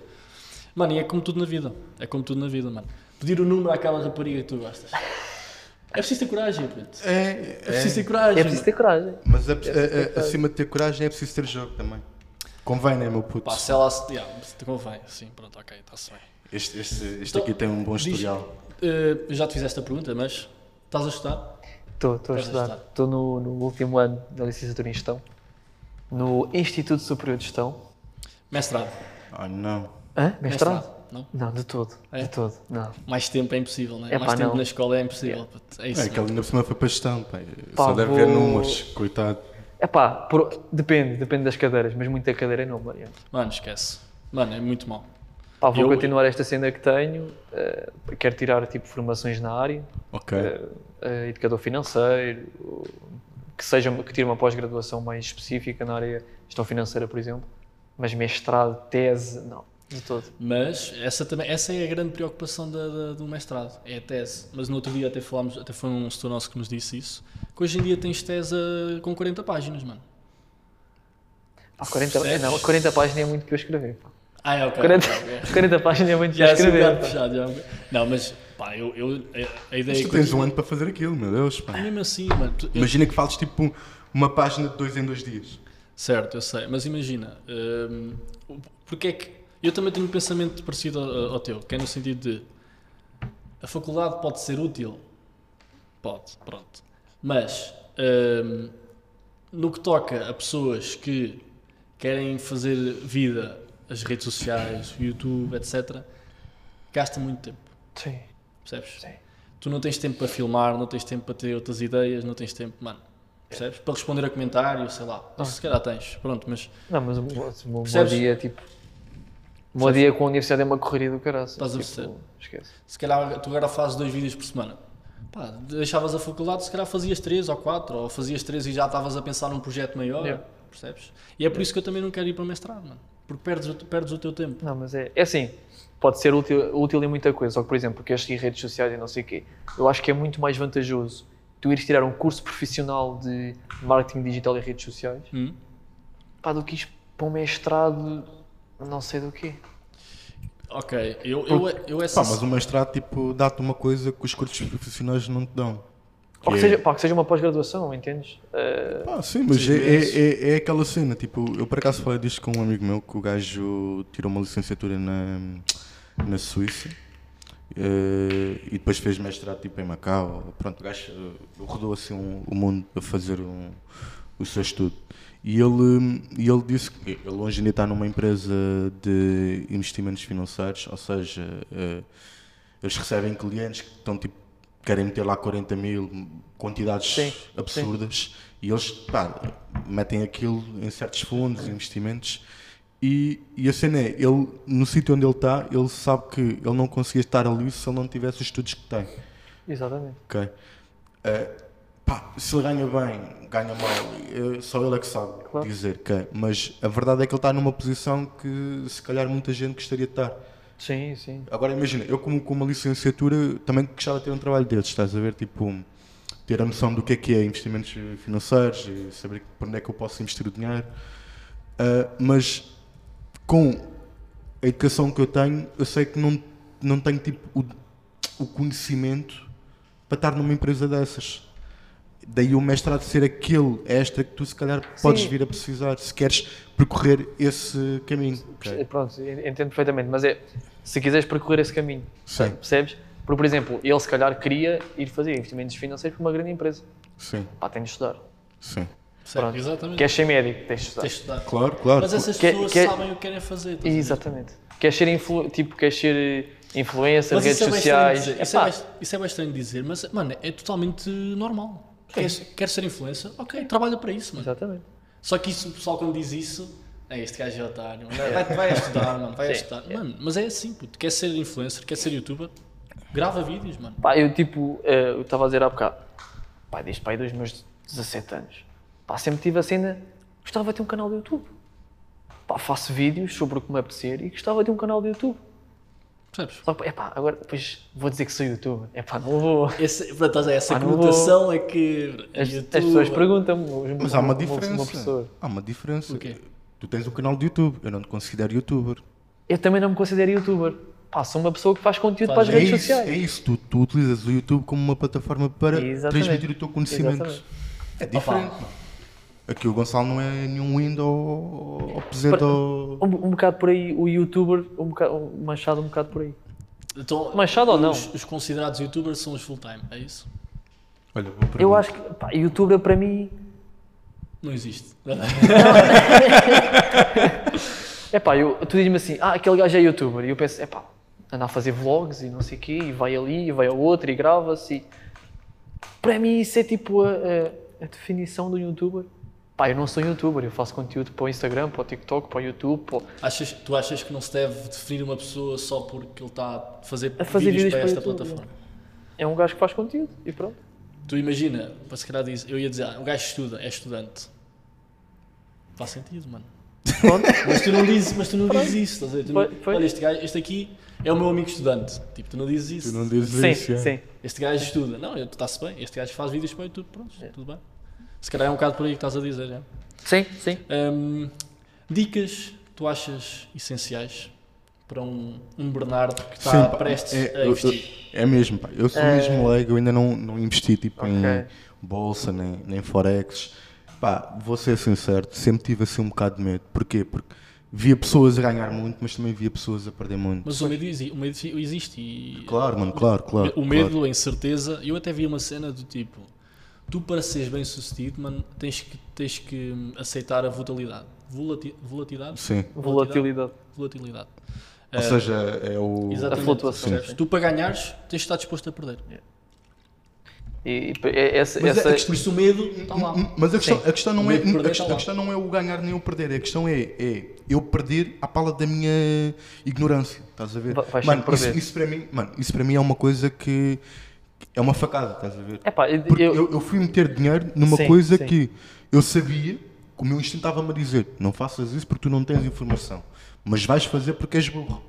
Speaker 2: Mano, e é como tudo na vida. É como tudo na vida, mano. Pedir o número àquela rapariga que tu gostas. É preciso ter coragem, puto.
Speaker 3: É,
Speaker 2: É preciso ter
Speaker 3: é.
Speaker 2: coragem.
Speaker 1: É preciso ter coragem.
Speaker 3: Mas é, é- é- acima de ter coragem é preciso ter jogo também. Convém, né, meu puto?
Speaker 2: Pá, se ela se. Yeah, se te convém. Sim, pronto, ok, está-se bem.
Speaker 3: Este, este, este
Speaker 2: Então,
Speaker 3: aqui tem um bom
Speaker 2: Diz-
Speaker 3: historial.
Speaker 2: Eh, eu já te fiz esta pergunta, mas estás a estudar?
Speaker 1: Estou estou a
Speaker 2: Estás a
Speaker 1: estudar.
Speaker 2: estudar.
Speaker 1: Estou no, no último ano da licenciatura em gestão. No Instituto Superior de Gestão.
Speaker 2: Mestrado.
Speaker 3: Ah, não.
Speaker 1: Hã? Mestrado?
Speaker 2: Não?
Speaker 1: Não, de todo.
Speaker 2: É?
Speaker 1: De todo. Não.
Speaker 2: Mais tempo é impossível, né?
Speaker 1: É
Speaker 2: Mais
Speaker 1: pá,
Speaker 2: tempo
Speaker 1: não.
Speaker 2: na escola é impossível. puto. É
Speaker 3: É,
Speaker 2: isso. mesmo.
Speaker 3: aquele ainda por cima foi para gestão, pá. Só
Speaker 1: Pá,
Speaker 3: deve
Speaker 1: vou-
Speaker 3: ver números, coitado.
Speaker 1: É pá, por- depende, depende das cadeiras, mas muita cadeira não, Mariano.
Speaker 2: Mano, esquece. Mano, é muito mal.
Speaker 1: Pá, vou
Speaker 2: Eu-
Speaker 1: continuar esta cena que tenho. eh, quero tirar tipo formações na área,
Speaker 3: Ok.
Speaker 1: eh, educador financeiro, ou- que seja que tire uma pós-graduação mais específica na área de gestão financeira, por exemplo. Mas mestrado, tese, não, de todo.
Speaker 2: Mas essa também, essa é a grande preocupação da- da- do mestrado, é a tese. Mas no outro dia até falámos, até foi um setor nosso que nos disse isso, que hoje em dia tens tese eh, com 40 páginas, mano.
Speaker 1: Pá, 40, não, 40 páginas é muito para eu escrever. pá.
Speaker 2: Ah, é, ok.
Speaker 1: 40,
Speaker 2: ok, ok.
Speaker 1: 40 páginas é muito para
Speaker 2: Já
Speaker 1: eu
Speaker 2: é assim um bocado
Speaker 1: escrever. pá.
Speaker 2: puxado, já. é um bocado- Não, mas, pá, eu, eu- a- a
Speaker 3: Mas
Speaker 2: ideia é
Speaker 3: tu
Speaker 2: que eu
Speaker 3: tens um ano para fazer aquilo, meu Deus, pá.
Speaker 2: Ah, mesmo assim, mano, tu- eu-
Speaker 3: Imagina que fales tipo um- uma página de dois em dois dias.
Speaker 2: Certo, eu sei, mas imagina, hum, porque é que. Eu também tenho um pensamento parecido ao, ao teu, que é no sentido de. A faculdade pode ser útil? Pode, pronto. Mas, hum, no que toca a pessoas que querem fazer vida, as redes sociais, o YouTube, etc., gasta muito tempo,
Speaker 1: Sim,
Speaker 2: percebes?
Speaker 1: sim.
Speaker 2: Tu não tens tempo para filmar, não tens tempo para ter outras ideias, não tens tempo, mano, percebes? Para responder a comentários, sei lá. Se calhar tens, pronto, mas.
Speaker 1: Não, mas um o meu, o meu
Speaker 2: Percebes?
Speaker 1: dia, tipo. O meu dia com a universidade é uma correria do caralho. Tipo,
Speaker 2: Estás a perceber?
Speaker 1: esquece.
Speaker 2: se calhar tu agora fazes dois vídeos por semana. Pá, deixavas a faculdade, se calhar fazias três ou quatro, ou fazias três e já estavas a pensar num projeto maior,
Speaker 1: Yeah.
Speaker 2: percebes? E é por isso que eu também não quero ir para o mestrado, mano. Porque perdes, o- perdes o teu tempo.
Speaker 1: Não, mas é, é assim, pode ser útil, útil em muita coisa. Só que, por exemplo, que este em redes sociais e não sei o quê, eu acho que é muito mais vantajoso tu ires tirar um curso profissional de marketing digital e redes sociais
Speaker 2: Hum?
Speaker 1: pá, do que ir para um mestrado não sei do quê.
Speaker 2: Ok, eu, eu, eu, é essa.
Speaker 3: Pá, mas o mestrado, tipo, dá-te uma coisa que os cursos profissionais não te dão.
Speaker 1: Ou que
Speaker 3: É-
Speaker 1: seja, pá, que seja uma pós-graduação, entendes? Eh,
Speaker 3: Pá, sim, mas
Speaker 2: Sim,
Speaker 3: é,
Speaker 2: mas-
Speaker 3: é, é, é aquela cena, tipo, eu por acaso falei disto com um amigo meu que o gajo tirou uma licenciatura na, na Suíça eh, e depois fez mestrado tipo em Macau. Pronto, o gajo eh, rodou assim um- o mundo a fazer um- o seu estudo. E ele, e ele disse que ele hoje ainda está numa empresa de investimentos financeiros, ou seja, eh, eles recebem clientes que estão tipo, querem meter lá 40 mil, quantidades
Speaker 1: Sim,
Speaker 3: absurdas, e eles pá, metem aquilo em certos fundos, investimentos. E, e a cena é, ele, no sítio onde ele está, ele sabe que ele não conseguia estar ali se ele não tivesse os estudos que tem.
Speaker 1: Exatamente.
Speaker 3: Ok? Eh, pá, se ele ganha bem, ganha mal, eh, só ele é que sabe
Speaker 1: Claro.
Speaker 3: dizer. ok? Mas a verdade é que ele está numa posição que se calhar muita gente gostaria de estar.
Speaker 1: Sim, sim.
Speaker 3: Agora imagina, eu como com uma licenciatura também gostava de ter um trabalho desses, estás a ver? Tipo, ter a noção do que é que é investimentos financeiros e saber para onde é que eu posso investir o dinheiro. Ah, mas com a educação que eu tenho, eu sei que não, não tenho tipo o, o conhecimento para estar numa empresa dessas. Daí o mestrado ser aquele extra que tu se calhar podes vir a precisar se queres percorrer esse caminho.
Speaker 1: É, Pronto, en- entendo perfeitamente, mas é se quiseres percorrer esse caminho,
Speaker 3: Sim.
Speaker 1: percebes? Porque, por exemplo, ele se calhar queria ir fazer investimentos financeiros para uma grande empresa.
Speaker 3: Sim,
Speaker 1: Pá, tem de estudar.
Speaker 3: sim.
Speaker 2: Certo,
Speaker 1: Pronto.
Speaker 2: exatamente.
Speaker 1: Queres ser médico, tens de estudar.
Speaker 2: Tens de estudar.
Speaker 3: Claro, claro.
Speaker 2: Mas essas
Speaker 1: Que-
Speaker 2: pessoas
Speaker 1: que-
Speaker 2: sabem o que querem fazer. estás a ver?
Speaker 1: Exatamente. Queres ser, influ tipo, queres ser influencer,
Speaker 2: Mas
Speaker 1: redes
Speaker 2: isso é bem estranho
Speaker 1: sociais.
Speaker 2: dizer, Isso,
Speaker 1: Epá,
Speaker 2: é bem, isso é bem estranho dizer, mas, mano, é totalmente normal. Quer, quer ser influencer? Ok, trabalha para isso, mano.
Speaker 1: Exatamente.
Speaker 2: Só que isso, o pessoal quando diz isso, É, este gajo é otário. mano. Vai, vai estudar, mano. Vai
Speaker 1: Sim.
Speaker 2: estudar. Mano, mas é assim, puto. Quer ser influencer, quer ser youtuber, grava vídeos, mano.
Speaker 1: Pá, eu tipo, eh, eu estava a dizer há bocado, pá, desde pá, aí dos meus 17 anos, pá, sempre tive a cena, gostava de ter um canal do YouTube. Pá, faço vídeos sobre o que me apetecer e gostava de ter um canal do YouTube.
Speaker 2: Percebes?
Speaker 1: Só que, pá, epá, agora depois vou dizer que sou YouTube. Epá, não vou.
Speaker 2: Esse, pronto, essa
Speaker 1: Ah, não
Speaker 2: conotação é que.
Speaker 1: As,
Speaker 2: YouTube-
Speaker 1: as pessoas perguntam-me. os-
Speaker 3: Mas há
Speaker 1: uma-
Speaker 3: uma
Speaker 1: uma pessoa.
Speaker 3: diferença. Há uma diferença.
Speaker 2: O quê?
Speaker 3: Tu tens um canal de YouTube, eu não te considero youtuber.
Speaker 1: Eu também não me considero YouTuber. Pá, sou uma pessoa que faz conteúdo para as
Speaker 2: Faz-
Speaker 3: É
Speaker 1: redes
Speaker 3: isso,
Speaker 1: sociais.
Speaker 3: é isso. Tu, tu utilizas o YouTube como uma plataforma para
Speaker 1: Exatamente.
Speaker 3: transmitir o teu conhecimento.
Speaker 1: Exatamente.
Speaker 3: É diferente. mano. Aqui o Gonçalo não é nenhum window ou presente ao.
Speaker 1: Um, um bocado por aí, o YouTuber, um bocado, o Machado, um bocado
Speaker 3: Uhum.
Speaker 1: por aí.
Speaker 2: Então,
Speaker 1: Manchado ou não?
Speaker 2: Os, os considerados youtubers são os full-time, é isso?
Speaker 3: Olha, boa pergunta.
Speaker 1: Eu acho que, pá, YouTuber para mim.
Speaker 2: Não existe.
Speaker 1: É pá, eu, tu dizes-me assim, ah, aquele gajo é YouTuber. E eu penso, é pá, anda a fazer vlogs e não sei o quê, e vai ali, e vai ao outro, e grava-se. e- Para mim, isso é tipo a, a- a definição do YouTuber. Pá, eu não sou YouTuber, eu faço conteúdo para o Instagram, para o TikTok, para o YouTube, para o-
Speaker 2: Achas, tu achas que não se deve definir uma pessoa só porque ele está a fazer,
Speaker 1: A fazer vídeos
Speaker 2: para
Speaker 1: para
Speaker 2: esta
Speaker 1: YouTube,
Speaker 2: plataforma?
Speaker 1: É um gajo que faz conteúdo e pronto.
Speaker 2: Tu imagina, para se calhar diz, eu ia dizer, ah, o gajo estuda, é estudante. Faz sentido, mano. mas tu não dizes, mas tu não dizes isso, estás a ver? Tu não-
Speaker 1: Foi- foi.
Speaker 2: Olha, este, gajo, este aqui é o meu amigo estudante. Tipo, tu não dizes isso.
Speaker 3: Tu não dizes
Speaker 1: Sim,
Speaker 3: isso. é.
Speaker 1: sim.
Speaker 2: Este gajo estuda. Não, eu- está-se bem. Este gajo faz vídeos para o YouTube, pronto, tudo bem. Se calhar é um bocado por aí que estás a dizer, já.
Speaker 1: Sim, sim.
Speaker 2: Hum, dicas que tu achas essenciais para um, um Bernardo que está
Speaker 3: Sim, pá,
Speaker 2: prestes
Speaker 3: é,
Speaker 2: a
Speaker 3: eu-
Speaker 2: investir?
Speaker 3: eu- é mesmo, pá. Eu sou mesmo leigo, eu ainda não, não investi tipo,
Speaker 1: Ok.
Speaker 3: em bolsa, nem, nem forex. Pá, vou ser sincero, sempre tive assim um bocado de medo. Porquê? Porque via pessoas a ganhar muito, mas também via pessoas a perder muito.
Speaker 2: Mas o medo, exi- o medo fi- existe e
Speaker 3: Claro, mano, claro, claro.
Speaker 2: o medo, a incerteza. Eu até vi uma cena do tipo: tu para seres bem sucedido, mano, tens que, tens que hum, aceitar a volatilidade. Volati, volatilidade?
Speaker 3: Claro. Sim.
Speaker 1: Volatilidade.
Speaker 2: Volatilidade.
Speaker 3: Ou seja, é o.
Speaker 2: Exatamente.
Speaker 1: A flutuação.
Speaker 2: percebes? Tu para ganhares, tens de estar disposto a perder.
Speaker 1: E, e é- essa,
Speaker 3: Mas é-
Speaker 1: essa-
Speaker 3: a
Speaker 2: Por isso o medo está lá.
Speaker 3: Hum, Mas a questão,
Speaker 2: Sim.
Speaker 3: a questão
Speaker 2: O
Speaker 3: não é
Speaker 2: medo de perder
Speaker 3: a questão,
Speaker 2: tá lá.
Speaker 3: a questão não é o ganhar nem o perder, a questão é, é eu perder à pala da minha ignorância, estás a ver?
Speaker 1: Va- vais
Speaker 3: mano,
Speaker 1: sempre
Speaker 3: isso,
Speaker 1: perder.
Speaker 3: isso para mim, mano, isso para mim é uma coisa que é uma facada, estás a ver?
Speaker 1: É pá, eu-
Speaker 3: Porque eu,
Speaker 1: eu-
Speaker 3: eu fui meter dinheiro numa
Speaker 1: Sim,
Speaker 3: coisa
Speaker 1: sim.
Speaker 3: que eu sabia, que o meu instinto estava-me a dizer, não faças isso porque tu não tens informação, mas vais fazer porque és burro.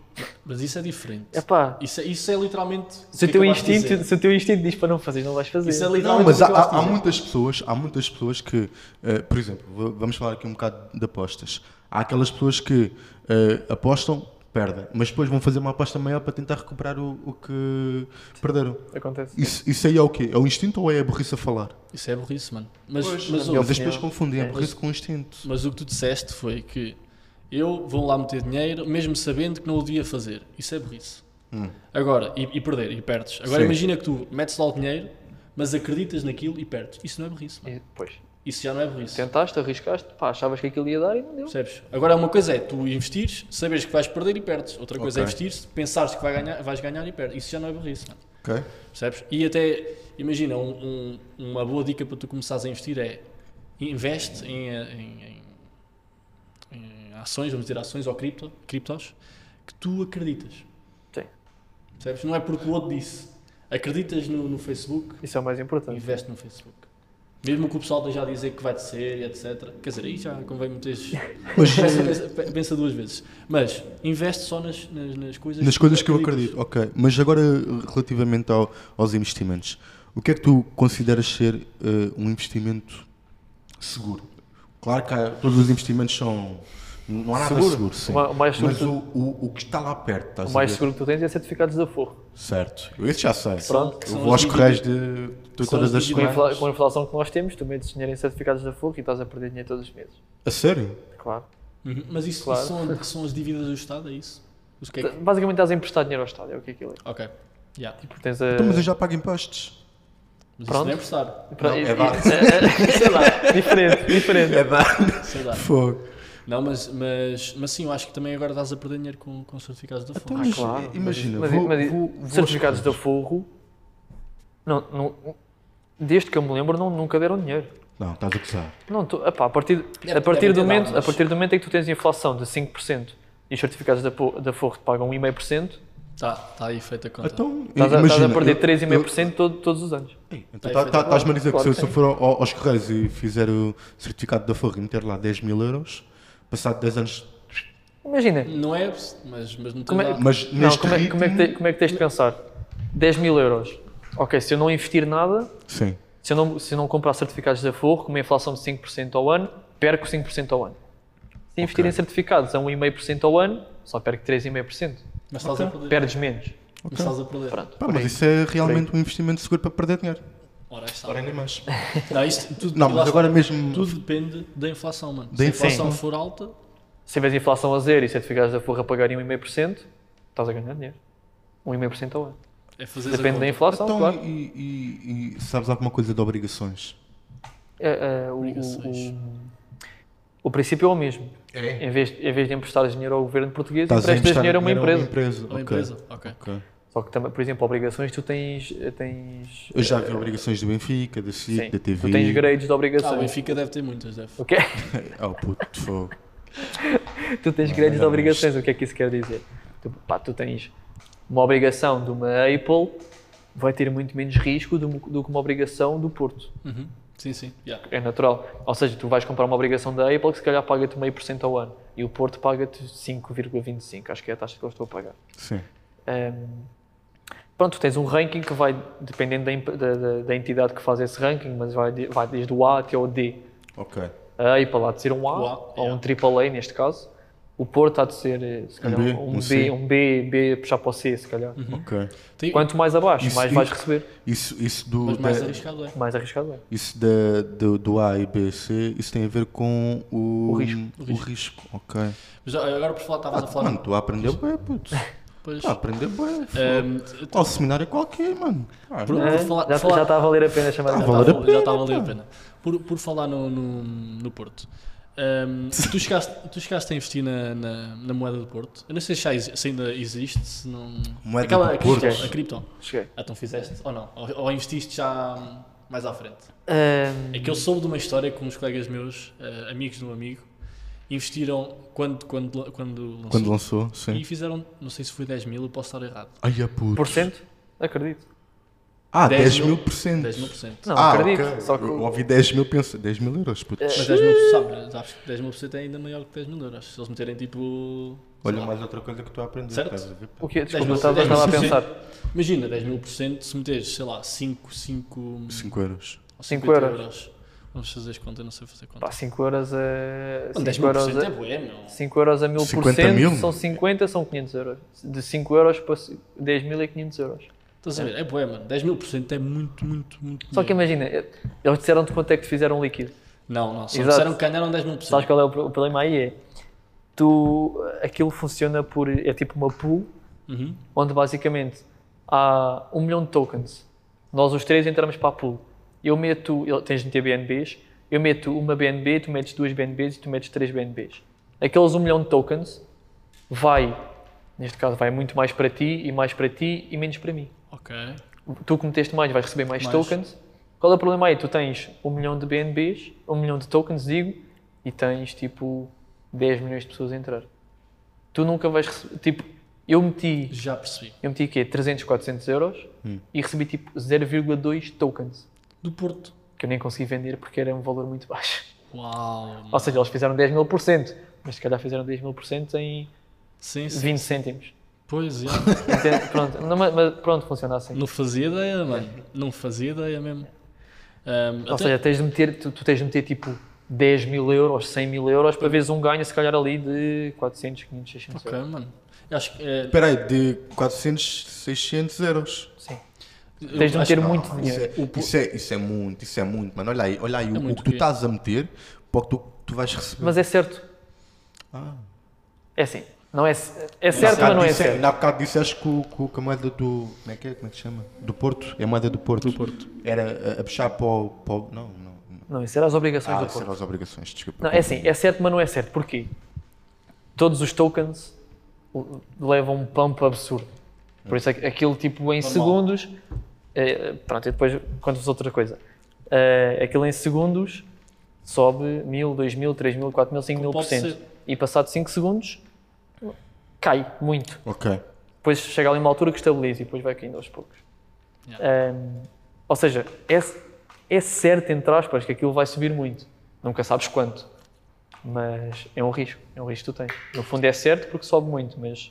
Speaker 2: Mas isso é diferente.
Speaker 1: é pá,
Speaker 2: Isso, é- isso é literalmente.
Speaker 1: se o
Speaker 2: que
Speaker 1: teu
Speaker 2: acabaste de dizer.
Speaker 1: instinto, se o teu instinto diz para não fazer, não vais fazer.
Speaker 2: Isso é
Speaker 3: Não,
Speaker 2: literalmente
Speaker 3: mas
Speaker 2: o
Speaker 3: há,
Speaker 2: que acabaste
Speaker 3: há- há
Speaker 2: de dizer.
Speaker 3: muitas pessoas, há muitas pessoas que, eh, por exemplo, v- vamos falar aqui um bocado de apostas. Há aquelas pessoas que eh, apostam, perdem, mas depois vão fazer uma aposta maior para tentar recuperar o, o que perderam.
Speaker 1: Acontece.
Speaker 3: Isso, isso aí é o quê? É o instinto ou é a burrice a falar?
Speaker 2: Isso é burrice, mano. Mas,
Speaker 3: Pois,
Speaker 2: mas,
Speaker 3: mas
Speaker 2: ouve,
Speaker 3: as pessoas confundem a
Speaker 1: é.
Speaker 3: burrice com o instinto.
Speaker 2: mas o que tu disseste foi que eu vou lá meter dinheiro, mesmo sabendo que não o devia fazer. Isso é burrice. Agora, e, e perder, e perdes. Agora
Speaker 3: Hum. Sim.
Speaker 2: imagina que tu metes lá o dinheiro, mas acreditas naquilo e perdes. Isso não é burrice, mano.
Speaker 1: E, pois,
Speaker 2: Isso já não é burrice.
Speaker 1: tentaste, arriscaste, pá, achavas que aquilo ia dar e não deu.
Speaker 2: Percebes? Agora, uma coisa é tu investires, saberes que vais perder e perdes. Outra coisa é
Speaker 3: Ok.
Speaker 2: investir, pensares que vai ganhar, vais ganhar e perdes. Isso já não é burrice, mano.
Speaker 3: Ok?
Speaker 2: Percebes? E até, imagina, um- um- uma boa dica para tu começares a investir é investe em, eh, em- em- em ações, vamos dizer ações ou cripto, criptos, que tu acreditas.
Speaker 1: Sim,
Speaker 2: Percebes? Não é porque o outro disse. Acreditas no, no Facebook,
Speaker 1: isso é o mais importante.
Speaker 2: investe no Facebook. Mesmo que o pessoal esteja a dizer que vai descer e etc. Quer dizer, aí já convém muitas. pensa, pensa- pensa duas vezes. Mas investe só nas, nas, nas coisas
Speaker 3: Nas
Speaker 2: tu
Speaker 3: coisas que eu
Speaker 2: acreditas.
Speaker 3: acredito, ok. Mas agora, relativamente ao- aos investimentos, o que é que tu consideras ser eh, um investimento seguro? Claro que há- todos os investimentos são. Não há nada seguro,
Speaker 1: Seguro.
Speaker 3: sim.
Speaker 1: O ma- o mais seguro
Speaker 3: mas
Speaker 1: que-
Speaker 3: o, o- o que está lá perto, estás
Speaker 1: O
Speaker 3: a
Speaker 1: mais
Speaker 3: ver?
Speaker 1: seguro que tu tens é certificados de aforro.
Speaker 3: Certo. Eu esse já sei.
Speaker 1: Pronto.
Speaker 2: Que
Speaker 3: Eu
Speaker 2: são
Speaker 3: vou
Speaker 2: os
Speaker 3: aos correios de, de
Speaker 2: são
Speaker 3: todas
Speaker 2: os
Speaker 3: as
Speaker 1: Com a,
Speaker 2: dividendos.
Speaker 3: semanas.
Speaker 1: infla- com a inflação que nós temos, tu metes dinheiro em certificados de aforro e estás a perder dinheiro todos os meses.
Speaker 3: A sério?
Speaker 1: Claro.
Speaker 2: Uhum, Mas isso,
Speaker 1: Claro.
Speaker 2: isso são, são as dívidas do Estado, é isso? Os que é que...
Speaker 1: Basicamente estás a emprestar dinheiro ao Estado, é o que aquilo é.
Speaker 2: Ok. Yeah.
Speaker 1: Porque tens a.
Speaker 3: Então, mas eu já pago impostos.
Speaker 2: Mas isso
Speaker 1: Pronto.
Speaker 2: não é emprestar.
Speaker 1: Pra-
Speaker 3: Não,
Speaker 1: e-
Speaker 3: é
Speaker 1: e-
Speaker 3: dar.
Speaker 1: Sei lá, diferente, diferente.
Speaker 3: dar.
Speaker 2: Sei lá.
Speaker 3: Fogo.
Speaker 2: Não, mas, mas, mas sim, eu acho que também agora estás a perder dinheiro com, com certificados da
Speaker 3: Então,
Speaker 2: fonte.
Speaker 3: mas,
Speaker 1: Claro,
Speaker 3: imagina,
Speaker 1: mas,
Speaker 3: vou,
Speaker 1: mas
Speaker 3: vou- vou-
Speaker 1: certificados de aforro, não, não- desde que eu me lembro, não, nunca deram dinheiro.
Speaker 3: Não, estás a gozar.
Speaker 1: Não, tu, epá, a partir,
Speaker 2: Deve-
Speaker 1: a, partir
Speaker 2: deve
Speaker 1: do
Speaker 2: ter
Speaker 1: momento,
Speaker 2: dado,
Speaker 1: a
Speaker 2: mas-
Speaker 1: partir do momento em que tu tens inflação de 5% e os certificados da, Po- da Forro te pagam 1,5%,
Speaker 2: Está tá aí feita a conta.
Speaker 3: Então,
Speaker 1: estás, a- estás a
Speaker 3: imagina,
Speaker 1: perder
Speaker 3: eu-
Speaker 1: 3,5% todo- todos os anos.
Speaker 3: Então
Speaker 2: Tá,
Speaker 3: tá- tá-
Speaker 2: tá,
Speaker 3: estás-me a dizer
Speaker 1: claro
Speaker 3: que
Speaker 1: que
Speaker 3: se eu
Speaker 1: sim.
Speaker 3: for ao- ao- aos Correios e fizer o certificado da Forra e meter lá 10 mil euros, passado 10 anos.
Speaker 1: Imagina,
Speaker 2: Não é, mas, mas não tem
Speaker 1: Como é-
Speaker 2: nada.
Speaker 3: Mas
Speaker 1: não,
Speaker 3: neste
Speaker 1: como, é,
Speaker 3: ritmo,
Speaker 1: como, é que te- como é que tens de pensar? 10 mil euros. Ok, se eu não investir nada,
Speaker 3: Sim.
Speaker 1: se eu não, se eu não comprar certificados da Forro, com uma inflação de 5% ao ano, perco 5% ao ano. Se investir em certificados a 1,5% ao ano, só perco 3,5%.
Speaker 2: Mas estás a perder.
Speaker 1: Perdes menos.
Speaker 2: Mas estás a perder.
Speaker 1: Pronto.
Speaker 3: Pá, mas isso é realmente um investimento seguro para perder dinheiro.
Speaker 2: Ora, aí está.
Speaker 3: Ora, nem mais.
Speaker 2: Não, isto tudo,
Speaker 3: Não, mas agora mesmo.
Speaker 2: tudo depende da inflação, mano.
Speaker 3: Da
Speaker 2: Se a inflação
Speaker 3: inflação.
Speaker 2: for alta,
Speaker 1: Se tiveres inflação a zero e certificados da Forro a pagarem 1,5%, estás a ganhar dinheiro. 1,5% ao ano.
Speaker 2: é fazer a
Speaker 1: Depende
Speaker 2: conta.
Speaker 1: da inflação,
Speaker 3: Então,
Speaker 1: claro.
Speaker 3: e, e- e sabes alguma coisa de obrigações?
Speaker 1: É, é, o,
Speaker 2: Obrigações.
Speaker 1: o, o, o princípio é o mesmo.
Speaker 3: É.
Speaker 1: Em vez, em vez de emprestares dinheiro ao governo português,
Speaker 3: Estás a
Speaker 1: emprestas
Speaker 3: emprestar
Speaker 1: dinheiro a uma empresa.
Speaker 2: Ou a
Speaker 3: ok.
Speaker 2: empresa. Ok.
Speaker 3: Ok.
Speaker 1: Só que, também, por exemplo, obrigações, tu tens. eh, tens
Speaker 3: Eu já vi obrigações do Benfica, da SIC,
Speaker 1: sim,
Speaker 3: da TV.
Speaker 1: Tu tens grades de
Speaker 2: Ah, o
Speaker 3: Tá
Speaker 1: obrigações.
Speaker 2: Benfica deve ter muitas, deve.
Speaker 1: O que é-
Speaker 3: Oh, puto, fogo.
Speaker 1: tu tens grades de
Speaker 3: não,
Speaker 1: obrigações, o que é que isso quer dizer? Tu, pá, tu tens uma obrigação de uma Apple, vai ter muito menos risco do, do que uma obrigação do Porto.
Speaker 2: Uhum. Sim, sim. Yeah.
Speaker 1: É natural. Ou seja, tu vais comprar uma obrigação da Apple que se calhar paga-te meio por cento ao ano e o Porto paga-te 5,25%, acho que é a taxa que eles estão a pagar.
Speaker 3: Sim.
Speaker 1: Ahm, pronto, tens um ranking que vai, dependendo da, imp- da- da- da entidade que faz esse ranking, mas vai, de- vai desde o A até o D.
Speaker 3: Ok.
Speaker 1: A Apple há de ser um A,
Speaker 2: O A,
Speaker 1: ou
Speaker 2: yeah.
Speaker 1: um AAA neste caso. O Porto há de ser eh, se calhar,
Speaker 3: B,
Speaker 1: um,
Speaker 3: um
Speaker 1: B,
Speaker 3: C.
Speaker 1: um B, B puxar para o C, se calhar.
Speaker 2: Uhum.
Speaker 3: Ok.
Speaker 2: Tem-
Speaker 1: Quanto mais abaixo,
Speaker 3: Isso-
Speaker 1: mais
Speaker 3: isso-
Speaker 1: vais receber.
Speaker 3: Isso, isso do.
Speaker 2: Mas mais
Speaker 3: da-
Speaker 2: arriscado é.
Speaker 1: Mais arriscado é.
Speaker 3: Isso da, do, do A e B e C, isso tem a ver com o,
Speaker 1: O risco.
Speaker 3: O risco, ok.
Speaker 2: Mas já- agora por falar, estavas a falar.
Speaker 3: Ah, Mano, tá, tu a aprender bem, puto.
Speaker 2: Pois.
Speaker 3: Tu a aprender bem.
Speaker 2: Ehm,
Speaker 3: foda. Ao seminário é qualquer, mano. Ah,
Speaker 2: Por-
Speaker 1: Ah,
Speaker 2: por falar- por
Speaker 1: já,
Speaker 2: falar-
Speaker 1: já está a valer a pena chamar
Speaker 3: Tá
Speaker 1: a
Speaker 3: a
Speaker 2: Tá,
Speaker 3: valer
Speaker 2: já
Speaker 3: pena, então.
Speaker 2: está a valer a
Speaker 3: pá.
Speaker 2: pena. Por, por falar no, no, no Porto, hum, tu, chegaste, tu chegaste a investir na, na, na moeda do Porto. Eu não sei se, já exi- se ainda existe, se não.
Speaker 3: Moeda do
Speaker 2: a cripto,
Speaker 3: Porto?
Speaker 2: a cripto.
Speaker 1: Cheguei.
Speaker 2: Ah, então fizeste ou não? Ou, ou investiste já hum, mais à frente?
Speaker 1: Ahm,
Speaker 2: É que eu
Speaker 3: Hum.
Speaker 2: soube de uma história com uns colegas meus, eh, amigos de um amigo, investiram quando, quando, lan- quando lançou.
Speaker 3: Quando lançou, sim.
Speaker 2: E fizeram, não sei se foi 10 mil, eu posso estar errado.
Speaker 3: Ai, a puto.
Speaker 1: por cento? Acredito.
Speaker 3: Ah, 10,
Speaker 2: 10
Speaker 3: mil por cento.
Speaker 2: 10 mil por cento.
Speaker 1: Não,
Speaker 3: ah,
Speaker 1: acredito.
Speaker 3: ok.
Speaker 1: Só que
Speaker 3: Eu
Speaker 1: o-
Speaker 3: ouvi 10 mil, pensa, 10 mil euros, puto.
Speaker 2: Mas 10 mil, sabes, sabes, que 10 mil por cento é ainda maior que 10 mil euros. Se eles meterem tipo. sei
Speaker 3: Olha
Speaker 2: lá,
Speaker 3: mais outra coisa que tu a aprender.
Speaker 2: Certo.
Speaker 3: estás a ver, pá.
Speaker 1: o que
Speaker 2: 10
Speaker 1: Desculpa,
Speaker 2: mil-
Speaker 1: estava,
Speaker 2: 10 mil
Speaker 1: estava a
Speaker 2: por
Speaker 1: pensar.
Speaker 2: cento. Imagina, 10 mil por cento, se meteres, sei lá, 5, 5,
Speaker 3: 5 euros.
Speaker 1: cinco euros.
Speaker 2: Vamos fazer as contas, eu não sei fazer conta.
Speaker 1: Pá, 5 euros a.
Speaker 2: Mano, 10
Speaker 1: cinco
Speaker 2: mil por
Speaker 1: euros
Speaker 2: cento é
Speaker 1: a-
Speaker 2: bué, meu.
Speaker 1: 5 euros a 1000 por
Speaker 3: 50 mil?
Speaker 1: cento são 50, são 500 euros. De 5 euros para 10 mil é 500 euros.
Speaker 2: Estás a ver? É bué, mano. 10 mil por cento é muito, muito, muito.
Speaker 1: Só que
Speaker 2: dinheiro.
Speaker 1: imagina, eh, eles disseram-te quanto é que te fizeram líquido.
Speaker 2: Não, não, só
Speaker 1: Exato.
Speaker 2: disseram que ganharam 10 mil por
Speaker 1: Sabes
Speaker 2: cento.
Speaker 1: qual é o, pro- o problema aí? É tu, aquilo funciona por, é tipo uma pool,
Speaker 2: Uhum.
Speaker 1: onde basicamente há um milhão de tokens. Nós os três entramos para a pool. Eu meto, eu- tens de meter BNBs, eu meto uma BNB, tu metes duas BNBs e tu metes três BNBs. Aqueles um milhão de tokens vai, neste caso, vai muito mais para ti e mais para ti e menos para mim.
Speaker 2: Ok.
Speaker 1: tu que meteste mais vais receber mais,
Speaker 2: Mais.
Speaker 1: tokens. Qual é o problema aí? Tu tens um milhão de BNBs, um milhão de tokens, digo, e tens tipo 10 milhões de pessoas a entrar. Tu nunca vais receber. Tipo, eu meti,
Speaker 2: Já percebi.
Speaker 1: eu meti quê? 300, 400 euros e recebi tipo 0,2 tokens,
Speaker 2: Do Porto.
Speaker 1: que eu nem consegui vender porque era um valor muito baixo.
Speaker 2: Uau, mano.
Speaker 1: Ou seja, eles fizeram 10 mil por cento, mas se calhar fizeram 10 mil por cento em
Speaker 2: Sim, sim.
Speaker 1: 20 cêntimos.
Speaker 2: Pois é.
Speaker 1: Entende? pronto, não, mas- mas pronto, funciona assim.
Speaker 2: não fazia ideia, mano. Não fazia ideia mesmo. Ahm,
Speaker 1: Ou
Speaker 2: até-
Speaker 1: seja, tens de meter, tu, tu tens de meter tipo 10 mil euros, 100 mil euros para veres um ganho, se calhar ali de 400, 500, 600
Speaker 2: Ok,
Speaker 1: euros.
Speaker 2: mano. Eu acho que. eh,
Speaker 3: Espera aí, de 400, 600 euros.
Speaker 1: Sim.
Speaker 2: eu
Speaker 1: Tens de
Speaker 2: acho
Speaker 1: meter
Speaker 2: que-
Speaker 1: muito
Speaker 3: Isso
Speaker 1: dinheiro.
Speaker 3: é, isso, é, isso é muito, isso é muito, mano. Olha aí, olha aí o, o
Speaker 2: muito
Speaker 3: que tu
Speaker 2: dinheiro.
Speaker 3: estás a meter para o que tu, tu vais receber.
Speaker 1: É Mas é certo. É assim. Não é, é
Speaker 3: Na
Speaker 1: certo, mas não é
Speaker 3: disse-
Speaker 1: certo.
Speaker 3: Na bocado disseste que, o- que, o- que a moeda do. Como é que é? Como é que se chama? Do Porto? É a moeda do Porto. Era a, a puxar para o. para o- não, não. não.
Speaker 1: Não, isso era as obrigações
Speaker 3: Ah,
Speaker 1: do
Speaker 3: isso
Speaker 1: Porto.
Speaker 3: eram as obrigações, desculpa.
Speaker 1: Não, é assim, é certo, mas não é certo. Porquê? Todos os tokens l- levam um pump absurdo. Por isso, aqu- aquilo tipo em é, segundos. eh, pronto, e depois conto-vos outra coisa. Eh, É, aquilo em segundos sobe 1000, 2000, 3000, 4000, 5000 por
Speaker 2: Pode
Speaker 1: cento.
Speaker 2: ser.
Speaker 1: E passado 5 segundos, cai muito.
Speaker 3: Ok.
Speaker 1: Depois chega ali uma altura que estabiliza e depois vai caindo aos poucos. Ahm, ou seja, é, é certo, entre aspas, que aquilo vai subir muito. Nunca sabes quanto. Mas é um risco, é um risco que tu tens. No fundo é certo porque sobe muito, mas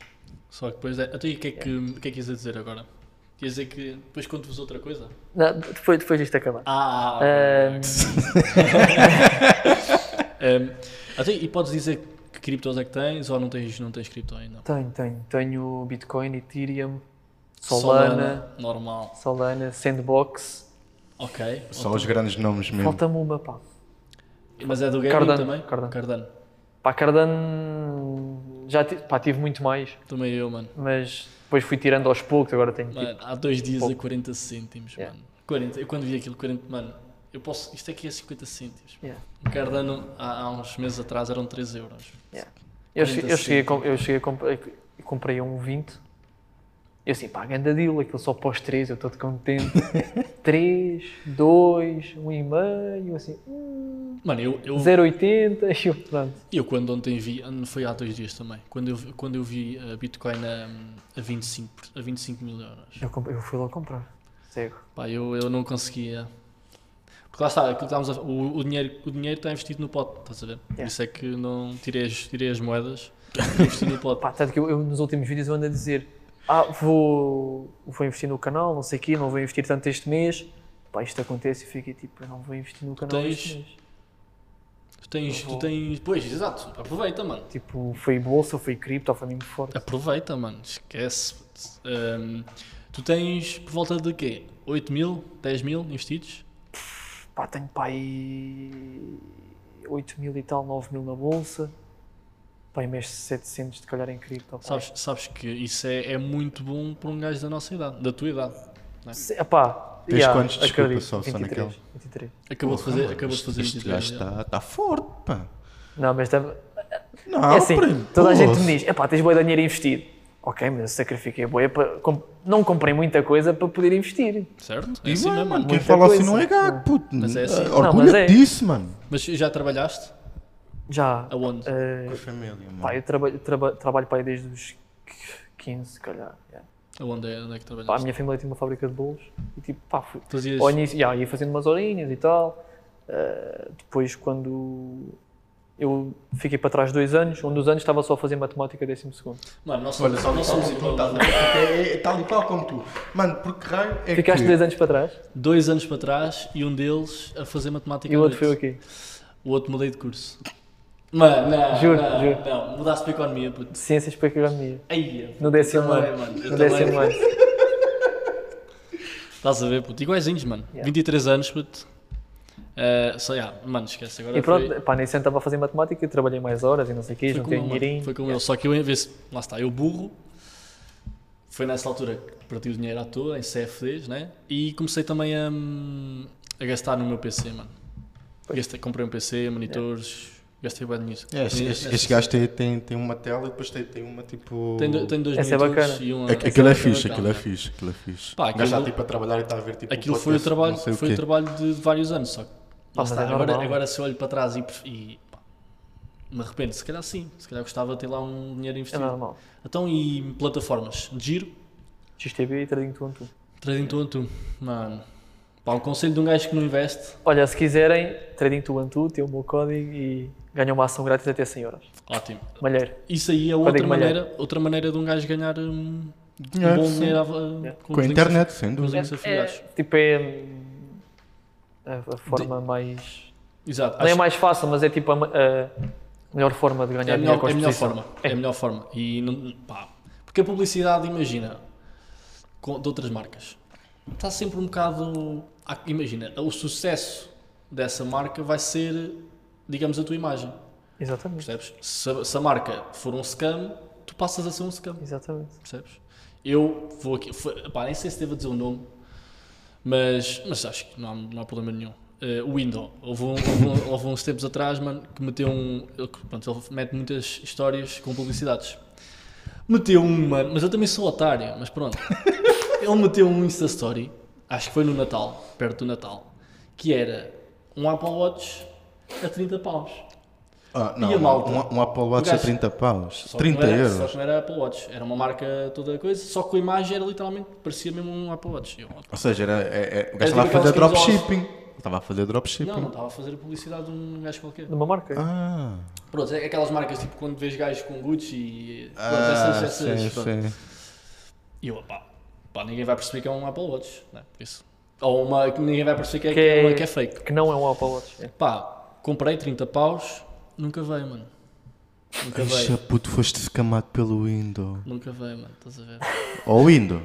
Speaker 2: Só que depois é. Até o que é que, o que é que ias a dizer agora? Ias dizer que depois conto-vos outra coisa?
Speaker 1: Não, depois, depois disto acabar.
Speaker 2: Ah!
Speaker 1: Ahm,
Speaker 2: até, Ah, um, então, e podes dizer que criptos é que tens ou não tens, não tens cripto ainda?
Speaker 1: tenho, tenho. Tenho Bitcoin, Ethereum, Solana,
Speaker 2: Normal.
Speaker 1: Solana, Sandbox.
Speaker 2: Ok.
Speaker 3: Só os grandes nomes mesmo.
Speaker 1: Falta-me uma, pá.
Speaker 2: Mas é do gaming
Speaker 1: Cardano,
Speaker 2: também?
Speaker 1: Cardano. Pá, Cardano já ti- pá, tive muito mais,
Speaker 2: Também eu, mano.
Speaker 1: mas depois fui tirando aos poucos, agora tenho tipo,
Speaker 2: Mano, há dois dias a 40 cêntimos,
Speaker 1: Yeah.
Speaker 2: mano. 40, eu quando vi aquilo, 40, mano, eu posso, isto aqui é 50 cêntimos.
Speaker 1: yeah.
Speaker 2: O Cardano, há, há uns meses atrás, eram 3 euros.
Speaker 1: Yeah. Eu, che-
Speaker 2: 40
Speaker 1: eu cheguei, a com- eu cheguei a comp- a- comprei um 20. Eu assim, pá, ganda deal, aquilo só pós 3, eu estou contente. 3, 2, 1,5, assim, hum,
Speaker 2: Mano, eu, eu,
Speaker 1: 0,80 e eu, pronto.
Speaker 2: eu quando ontem vi, ah, foi há dois dias também, quando eu, quando eu vi a Bitcoin a, a, 25, por- a 25 mil euros,
Speaker 1: Eu, comp- eu fui logo comprar, cego.
Speaker 2: pá, eu, eu não conseguia... Porque lá está, aquilo que estávamos a- o, o dinheiro, o dinheiro está investido no pote, estás a ver? Por
Speaker 1: Yeah.
Speaker 2: Isso é que não tirei as, tirei as moedas e investi no pote.
Speaker 1: Pá, tanto que eu, eu, nos últimos vídeos eu ando a dizer ah, vou, vou investir no canal, não sei o quê, não vou investir tanto este mês. Pá, isto acontece e fica tipo, eu não vou investir no canal
Speaker 2: Tens-
Speaker 1: este mês.
Speaker 2: Tu tens,
Speaker 1: Vou.
Speaker 2: tu tens, pois, exato, aproveita, mano.
Speaker 1: Tipo, foi bolsa, foi cripto, foi mesmo forte.
Speaker 2: Aproveita, mano, esquece. Ahm, tu tens por volta de quê? 8 mil, 10 mil investidos?
Speaker 1: Pá, tenho pá aí 8 mil e tal, 9 mil na bolsa. Pá, e mais 700 de calhar em cripto. pá.
Speaker 2: Sabes, sabes que isso é, é muito bom para um gajo da nossa idade, da tua idade.
Speaker 1: Se, pá,
Speaker 3: Tens
Speaker 1: yeah,
Speaker 3: quantos? Desculpa,
Speaker 1: acredito,
Speaker 3: só- só
Speaker 1: 23,
Speaker 3: naquele.
Speaker 1: 23.
Speaker 2: Acabou de fazer, acabou de fazer
Speaker 3: Este este
Speaker 2: 23,
Speaker 1: é
Speaker 3: gajo
Speaker 2: já.
Speaker 3: está está forte, pá.
Speaker 1: Não, mas tam-
Speaker 3: Não,
Speaker 1: é assim,
Speaker 3: Ah, primo, É
Speaker 1: toda a
Speaker 3: pô.
Speaker 1: gente me diz, epá, tens boi de dinheiro investido. Ok, mas eu sacrifiquei boi, não comprei muita coisa para poder investir.
Speaker 2: Certo? É
Speaker 3: E
Speaker 2: assim mesmo.
Speaker 3: bem, mano,
Speaker 2: mano.
Speaker 3: quem
Speaker 1: muita
Speaker 3: fala assim
Speaker 1: coisa.
Speaker 3: não é gago, puto.
Speaker 2: Mas é assim.
Speaker 3: Ah,
Speaker 2: Não,
Speaker 1: mas
Speaker 3: Orgulha
Speaker 1: é-
Speaker 3: disso, mano.
Speaker 2: Mas já trabalhaste?
Speaker 1: Já,
Speaker 2: Aonde?
Speaker 1: eh,
Speaker 3: família, mano.
Speaker 1: pá, eu trabalho, traba- trabalho para aí desde os 15, se calhar. yeah.
Speaker 2: Aonde é, onde é que
Speaker 1: Pá, a
Speaker 2: trabalhaste?
Speaker 1: minha família tinha uma fábrica de bolos e tipo, pá, fui.
Speaker 2: Fazias,
Speaker 1: Ao início, yeah, ia fazendo umas horinhas e tal. Eh, depois, quando eu fiquei para trás dois anos, um dos anos estava só a fazer matemática décimo segundo.
Speaker 2: Mano, nós somos, nós somos
Speaker 3: um
Speaker 2: iguais.
Speaker 3: Está ali É, tal como tu. Mano, porque raio é
Speaker 1: Ficaste
Speaker 3: que...
Speaker 1: dois anos para trás
Speaker 2: Dois anos para trás e um deles a fazer matemática.
Speaker 1: e o
Speaker 2: à
Speaker 1: outro
Speaker 2: noite.
Speaker 1: foi o quê?
Speaker 2: O outro mudei de curso. Mano, não,
Speaker 1: Juro,
Speaker 2: não,
Speaker 1: juro.
Speaker 2: não, mudaste para a economia, puto.
Speaker 1: Ciências para economia.
Speaker 2: Aí,
Speaker 1: No décimo
Speaker 2: também,
Speaker 1: ano.
Speaker 2: mano, eu
Speaker 1: No décimo
Speaker 2: também.
Speaker 1: ano.
Speaker 2: Estás a ver, puto, iguaizinhos, mano.
Speaker 1: Yeah.
Speaker 2: 23 anos, puto. Eh, só, yeah, mano, esquece. Agora
Speaker 1: E pronto,
Speaker 2: foi,
Speaker 1: pá, nesse ano estava a fazer matemática e trabalhei mais horas e não sei o quê,
Speaker 2: foi como
Speaker 1: juntei
Speaker 2: eu, mano,
Speaker 1: dinheirinho.
Speaker 2: foi como eu. Só que eu, em vez, lá está, eu burro, foi nessa altura que parti o dinheiro à toa, em CFDs, né? E comecei também a, hum, a gastar no meu PC, mano. Gastei, comprei um PC, monitores, gastei bem nisso.
Speaker 3: É, este, este, este gajo tem, tem, tem uma tela e depois tem, tem uma tipo.
Speaker 2: Tenho, do- tenho dois
Speaker 1: Essa é
Speaker 2: monitores
Speaker 1: bacana.
Speaker 2: e um...
Speaker 3: Aqu- Aquilo é
Speaker 2: essa
Speaker 3: fixe,
Speaker 2: bacana.
Speaker 3: aquilo é fixe, aquilo é fixe.
Speaker 2: Pá,
Speaker 3: O gajo está
Speaker 2: aquilo-
Speaker 3: tipo a trabalhar e está a ver tipo.
Speaker 2: Aquilo
Speaker 3: um
Speaker 2: foi o
Speaker 3: podcast,
Speaker 2: trabalho,
Speaker 3: não sei o
Speaker 2: foi o
Speaker 3: quê.
Speaker 2: trabalho de vários anos, só que lá
Speaker 1: mas
Speaker 2: está,
Speaker 1: é
Speaker 2: agora,
Speaker 1: normal.
Speaker 2: agora se eu olho para trás e, pref- e pá, me arrependo, se calhar sim, se calhar gostava de ter lá um dinheiro
Speaker 1: É
Speaker 2: investido.
Speaker 1: normal.
Speaker 2: então e plataformas? Giro,
Speaker 1: XTB e trading tu on tu.
Speaker 2: trading tu a tu, mano. Pá, um conselho de um gajo que não investe,
Speaker 1: Olha, se quiserem, trading tu on tu, tem o meu código e ganham uma ação grátis até 100 euros.
Speaker 2: ótimo.
Speaker 1: Malheiro.
Speaker 2: Isso aí é
Speaker 1: Código
Speaker 2: outra
Speaker 1: malhado.
Speaker 2: maneira, outra maneira de um gajo ganhar hum, um
Speaker 3: Dinheiro,
Speaker 2: bom
Speaker 3: sim.
Speaker 2: dinheiro ah, com,
Speaker 3: Com a
Speaker 2: os links
Speaker 3: internet, sem
Speaker 2: af- Com os
Speaker 3: dúvida.
Speaker 2: links afiliados.
Speaker 1: tipo, é hum, a, a forma mais.
Speaker 2: Exato,
Speaker 1: Não é
Speaker 2: acho-
Speaker 1: mais fácil, mas é tipo a, ma- a melhor forma de ganhar
Speaker 2: É a
Speaker 1: dinheiro
Speaker 2: melhor,
Speaker 1: com
Speaker 2: é a melhor
Speaker 1: exposição.
Speaker 2: forma.
Speaker 1: É.
Speaker 2: É. a melhor forma. E não, pá, porque a publicidade, imagina, com, de outras marcas, está sempre um bocado. há- Imagina, o sucesso dessa marca vai ser, digamos, a tua imagem.
Speaker 1: Exatamente.
Speaker 2: Percebes? Se, a- se a marca for um scam, tu passas a ser um scam.
Speaker 1: Exatamente.
Speaker 2: Percebes? Eu vou aqui. Foi, pá, nem sei se devo dizer o nome, mas, mas acho que não há, não há problema nenhum. Eh, o Window, houve, um- houve um- houve uns tempos atrás, mano, que meteu um. Ele, pronto, ele mete muitas histórias com publicidades. Meteu um, mano, mas eu também sou otário, mas pronto. ele meteu um Insta Story, acho que foi no Natal, perto do Natal, que era um Apple Watch a 30 paus.
Speaker 3: Ah,
Speaker 2: E a
Speaker 3: não,
Speaker 2: malta?
Speaker 3: um, um Apple Watch
Speaker 2: O
Speaker 3: a
Speaker 2: gajo-
Speaker 3: 30 paus.
Speaker 2: Só que
Speaker 3: 30
Speaker 2: não era, Só
Speaker 3: euros.
Speaker 2: que não era Apple Watch, era uma marca toda coisa, só que a imagem era literalmente, parecia mesmo um Apple Watch. E eu,
Speaker 3: Ou seja, era, é, é, o
Speaker 2: Era
Speaker 3: gajo estava a
Speaker 2: tipo
Speaker 3: fazer
Speaker 2: aquelas camisolas.
Speaker 3: dropshipping. Ele Estava a fazer dropshipping.
Speaker 2: não, não estava a fazer a publicidade de um gajo qualquer.
Speaker 1: De uma marca.
Speaker 3: Ah,
Speaker 2: Pronto, é aquelas marcas tipo quando vês gajos com Gucci e. pronto,
Speaker 3: ah
Speaker 2: essas- essas,
Speaker 3: sim,
Speaker 2: pronto.
Speaker 3: sim.
Speaker 2: E eu, pá, pá, ninguém vai perceber que é um Apple Watch, não é? Por isso. Ou uma que ninguém vai perceber que é,
Speaker 1: Que
Speaker 2: que é,
Speaker 1: é-
Speaker 2: uma que é fake.
Speaker 1: Que não é um Apple Watch. É.
Speaker 2: Pá, comprei 30 paus, nunca veio, mano. Nunca
Speaker 3: Eixa,
Speaker 2: veio.
Speaker 3: puto, foste escamado pelo Windows.
Speaker 2: Nunca veio, mano, estás a ver?
Speaker 3: Ó Windows.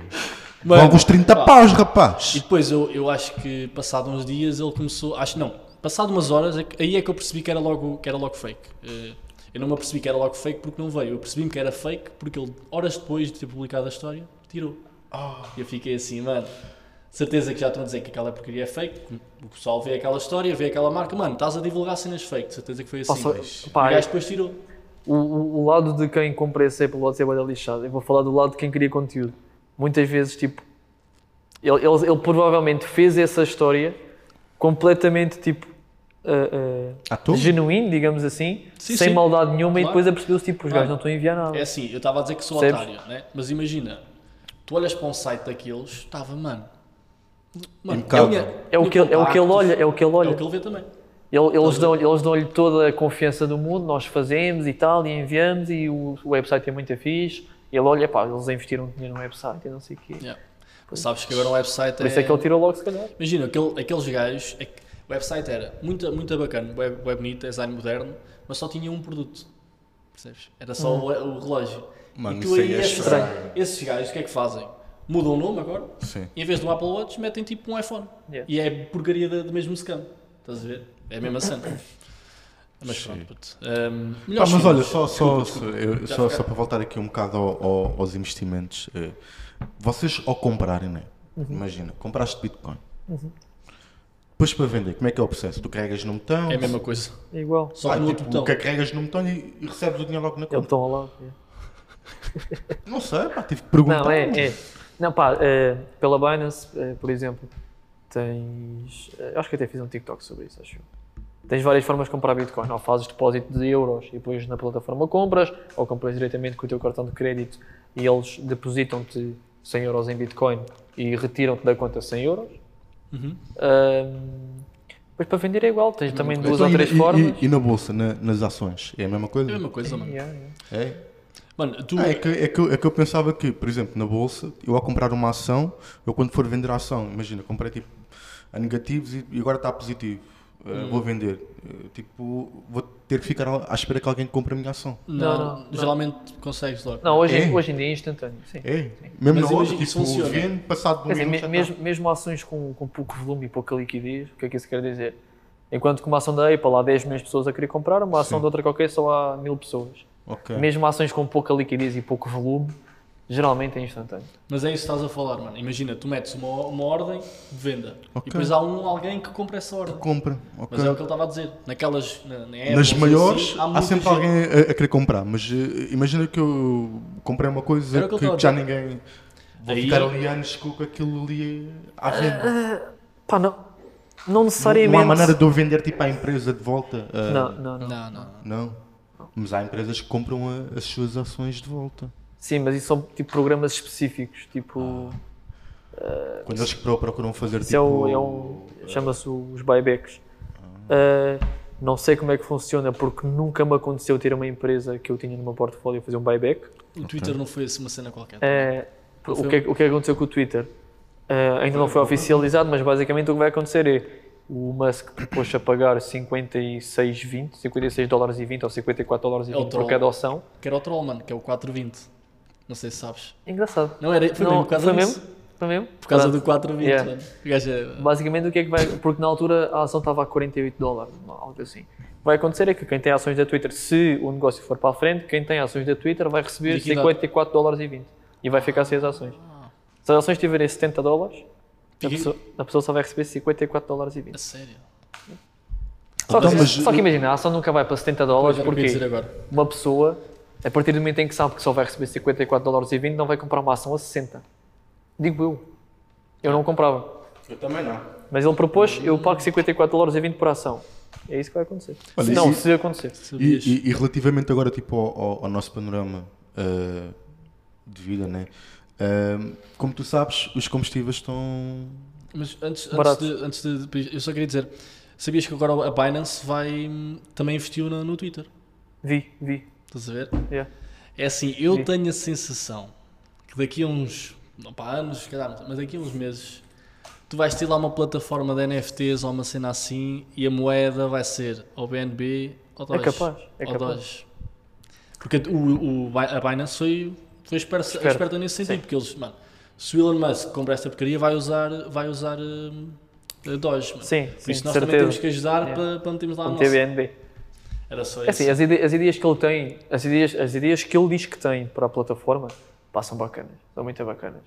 Speaker 2: Mano,
Speaker 3: Logo os 30
Speaker 2: pá.
Speaker 3: paus, rapaz.
Speaker 2: E depois eu, eu acho que passado uns dias ele começou. Acho não, passado umas horas, é que- aí é que eu percebi que era logo, que era logo fake. Eh, Eu não me apercebi que era logo fake porque não veio. Eu percebi-me que era fake porque ele, horas depois de ter publicado a história, tirou. E eu fiquei assim, mano. Certeza que já estão a dizer que aquela porcaria é fake. que O pessoal vê aquela história, vê aquela marca. Mano, estás a divulgar cenas fake. de Certeza que foi assim.
Speaker 1: Passa-
Speaker 2: E o
Speaker 1: pá,
Speaker 2: gajo depois tirou.
Speaker 1: o, o- o lado de quem compra esse Apple Watch é bué da lixado. Eu vou falar do lado de quem cria conteúdo. Muitas vezes, tipo, ele, ele- ele provavelmente fez essa história completamente, tipo, ah, ah,
Speaker 3: À toa?
Speaker 1: genuíno, digamos assim,
Speaker 2: Sim,
Speaker 1: sem
Speaker 2: sim.
Speaker 1: maldade nenhuma, e
Speaker 2: Claro.
Speaker 1: depois apercebeu-se, tipo, os
Speaker 2: Claro.
Speaker 1: gajos não estão a enviar nada.
Speaker 2: É assim, eu estava a dizer que sou
Speaker 1: Percebes?
Speaker 2: otário, né? mas imagina, tu olhas para um site daqueles, estava, mano. Mano,
Speaker 3: Impecável.
Speaker 2: minha-
Speaker 1: É o,
Speaker 2: meu
Speaker 1: que ele, é o que ele
Speaker 2: contacto,
Speaker 1: olha, é o que ele
Speaker 2: É
Speaker 1: olha.
Speaker 2: o que ele vê também.
Speaker 1: Ele- Eles dão-lhe eles dão-lhe toda a confiança do mundo, nós fazemos e tal, e enviamos, e o, o website é muito fixe. Ele olha, pá, eles investiram um dinheiro no website e não sei o quê.
Speaker 2: Yeah. Sabes que agora um website
Speaker 1: Por isso é que ele tirou logo, se calhar.
Speaker 2: Imagina, aquele- aqueles gajos. é que o website era muito, muito bacana, web, web bonito, é design moderno, mas só tinha um produto. Percebes? Era só
Speaker 1: Uhum.
Speaker 2: o, o relógio.
Speaker 3: Mano,
Speaker 2: e
Speaker 3: isso
Speaker 2: tu
Speaker 3: aí
Speaker 2: aí,
Speaker 3: é
Speaker 2: esses,
Speaker 3: estranho.
Speaker 2: esses gajos, o que é que fazem? Mudam o nome agora
Speaker 3: Sim.
Speaker 2: e em vez de um Apple Watch metem tipo um iPhone.
Speaker 1: Yeah.
Speaker 2: E é porcaria da- do mesmo scam. Estás a ver? É a mesma cena. Mas pronto, puto. Ahm,
Speaker 3: Pá,
Speaker 2: melhores
Speaker 3: mas
Speaker 2: filmes.
Speaker 3: olha, só, só,
Speaker 2: Desculpa, desculpa.
Speaker 3: eu-
Speaker 2: Já
Speaker 3: só,
Speaker 2: fica-
Speaker 3: só para voltar aqui um bocado ao- ao- aos investimentos, eh, vocês ao comprarem, né?
Speaker 2: Uhum.
Speaker 3: Imagina, compraste Bitcoin. Depois para vender, como é que é o processo? Tu carregas no botão,
Speaker 2: É a mesma coisa.
Speaker 1: É igual.
Speaker 2: Só
Speaker 3: pá,
Speaker 2: que no outro
Speaker 3: tipo,
Speaker 2: botão.
Speaker 3: que carregas no botão e, e recebes o dinheiro logo na
Speaker 1: Eles
Speaker 3: conta.
Speaker 1: estão ao lado. é.
Speaker 3: Não sei, pá, tive que perguntar. Então,
Speaker 1: Não, é,
Speaker 3: mas-
Speaker 1: é. Não, pá, eh, pela Binance, eh, por exemplo, tens. eh, acho que até fiz um TikTok sobre isso, acho. eu. Tens várias formas de comprar Bitcoin. Ou fazes depósito de euros e depois na plataforma compras, ou compras diretamente com o teu cartão de crédito e eles depositam-te 100 euros em Bitcoin e retiram-te da conta 100 euros.
Speaker 3: Uhum.
Speaker 1: Ahm, Depois para vender é igual, tens também duas
Speaker 3: Então,
Speaker 1: ou
Speaker 3: e-
Speaker 1: três
Speaker 3: e,
Speaker 1: formas.
Speaker 3: E, e na bolsa, na- nas ações, é a mesma coisa?
Speaker 2: É a mesma coisa, mano.
Speaker 1: Yeah, yeah.
Speaker 3: É?
Speaker 2: Mano, tu.
Speaker 3: Ah, é, que, é, que eu, é que eu pensava que, por exemplo, na bolsa, eu ao comprar uma ação, eu quando for vender a ação, imagina, comprei tipo a negativos e, e agora está positivo, uh,
Speaker 2: Hum.
Speaker 3: vou vender. Uh, tipo, vou ter que ficar à à espera que alguém compre a minha ação.
Speaker 2: Não,
Speaker 1: Não, não, não.
Speaker 2: geralmente consegues logo.
Speaker 1: Não, hoje,
Speaker 3: É?
Speaker 1: hoje em dia é instantâneo. Sim.
Speaker 3: É, mesmo
Speaker 2: Mas
Speaker 3: na hora,
Speaker 2: imagina, isso
Speaker 3: tipo,
Speaker 2: funciona.
Speaker 3: vendo, passado
Speaker 1: Quer
Speaker 3: um
Speaker 1: dizer,
Speaker 3: minuto
Speaker 1: me-
Speaker 3: já
Speaker 1: mesmo, mesmo ações com, com pouco volume e pouca liquidez, o que é que isso quer dizer? Enquanto que uma ação da Apple há 10 milhões de pessoas a querer comprar, uma ação
Speaker 3: Sim.
Speaker 1: de outra qualquer só há mil pessoas.
Speaker 3: tá. Ok.
Speaker 1: Mesmo ações com pouca liquidez e pouco volume, geralmente é instantâneo.
Speaker 2: Mas é isso que estás a falar, mano. Imagina, tu metes uma, uma ordem de venda
Speaker 3: Ok.
Speaker 2: e depois há um, alguém que compra essa ordem.
Speaker 3: Compra, ok.
Speaker 2: Mas é o que ele estava a dizer. Naquelas. Na, na Apple,
Speaker 3: Nas
Speaker 2: assim,
Speaker 3: maiores, há,
Speaker 2: muita
Speaker 3: sempre
Speaker 2: gente.
Speaker 3: alguém a, a querer comprar, mas uh, imagina que eu comprei uma coisa
Speaker 2: Era o que
Speaker 3: que,
Speaker 2: eu tava a
Speaker 3: que já
Speaker 2: dizer.
Speaker 3: ninguém. Vou
Speaker 2: Aí-
Speaker 3: ficar ali anos com aquilo ali à venda.
Speaker 1: Pá, não, não necessariamente.
Speaker 3: Não há maneira de eu vender tipo à empresa de volta? ah,
Speaker 1: Não, não, não.
Speaker 2: Não, não.
Speaker 3: Não. Mas há empresas que compram a- as suas ações de volta.
Speaker 1: Sim, mas isso são tipo programas específicos, tipo.
Speaker 3: Quando eles pro- procuram fazer
Speaker 1: Isso
Speaker 3: Ah, tipo.
Speaker 1: é o, é um- chama-se os buybacks. Ah, não sei como é que funciona, porque nunca me aconteceu ter uma empresa que eu tinha no meu portfólio e fazer um buyback.
Speaker 2: O Twitter não foi assim uma cena qualquer.
Speaker 1: É, o, que, é- o que aconteceu com o Twitter? É, ainda não foi oficializado, mas basicamente o que vai acontecer é o Musk propôs a pagar 56,20, 56 dólares e 20 ou 54 dólares e
Speaker 2: É o
Speaker 1: 20 por
Speaker 2: troll.
Speaker 1: cada ação.
Speaker 2: Que era o troll, mano, que é o 420. Não sei se sabes.
Speaker 1: Engraçado.
Speaker 2: Não, era, foi mesmo por causa
Speaker 1: foi
Speaker 2: disso.
Speaker 1: mesmo? Foi mesmo?
Speaker 2: Por causa do 420,
Speaker 1: Yeah.
Speaker 2: mano. O gajo é-
Speaker 1: Basicamente o que é que vai. Porque na altura a ação estava a 48 dólares, algo assim. O que vai acontecer é que quem tem ações da Twitter, se o negócio for para a frente, quem tem ações da Twitter vai receber
Speaker 2: Liquidado. Ah.
Speaker 1: 54 dólares e 20 e vai ficar sem as ações. Se as ações tiverem 70 dólares, a
Speaker 2: Fica-
Speaker 1: pessoa, a pessoa só vai receber 54 dólares e
Speaker 2: A
Speaker 1: 20.
Speaker 2: sério.
Speaker 1: Só que,
Speaker 3: Então, mas-
Speaker 1: só que imagina, a ação nunca vai para 70
Speaker 2: Pois
Speaker 1: dólares
Speaker 2: era o que eu ia dizer
Speaker 1: porque
Speaker 2: agora.
Speaker 1: uma pessoa, a partir do momento em que sabe que só vai receber 54 dólares e 20, não vai comprar uma ação a 60. Digo eu. Eu não comprava.
Speaker 3: Eu também não.
Speaker 1: Mas ele propôs, eu pago 54 dólares e 20 por ação. É isso que vai acontecer.
Speaker 3: Olha,
Speaker 1: se não,
Speaker 3: e-
Speaker 1: se acontecer.
Speaker 3: E,
Speaker 2: Sabias?
Speaker 3: e- e relativamente agora tipo, ao, ao- ao nosso panorama ah, de vida, né? Ah, como tu sabes, os combustíveis estão.
Speaker 2: Mas antes, antes,
Speaker 1: Barato.
Speaker 2: de, antes de- de- Eu só queria dizer: sabias que agora a Binance vai. hum, também investiu no, no Twitter?
Speaker 1: Vi, vi.
Speaker 2: Estás a ver?
Speaker 1: Yeah.
Speaker 2: É assim, eu
Speaker 1: Sim.
Speaker 2: tenho a sensação que daqui a uns. Não pá, anos, se calhar, mas daqui a uns meses. Tu vais ter lá uma plataforma de NFTs ou uma cena assim e a moeda vai ser ou BNB ou
Speaker 1: É
Speaker 2: Doge.
Speaker 1: capaz, é
Speaker 2: ou
Speaker 1: capaz.
Speaker 2: Doge. Porque o, o Bi- a Binance foi, foi esperta,
Speaker 1: Esperta,
Speaker 2: esperta nesse sentido. Porque eles, mano, se o Elon Musk comprar esta porcaria, vai usar, vai usar hum, a Doge. Mano.
Speaker 1: Sim,
Speaker 2: Por
Speaker 1: sim,
Speaker 2: isso
Speaker 1: de
Speaker 2: nós também temos
Speaker 1: certeza.
Speaker 2: que ajudar
Speaker 1: Yeah.
Speaker 2: para, para metermos lá a
Speaker 1: Com
Speaker 2: nossa.
Speaker 1: TBNB.
Speaker 2: Era só
Speaker 1: É assim,
Speaker 2: isso.
Speaker 1: as, ide- as ideias que ele tem, as ideias, as ideias que ele diz que tem para a plataforma, pá, são bacanas, são muito bacanas.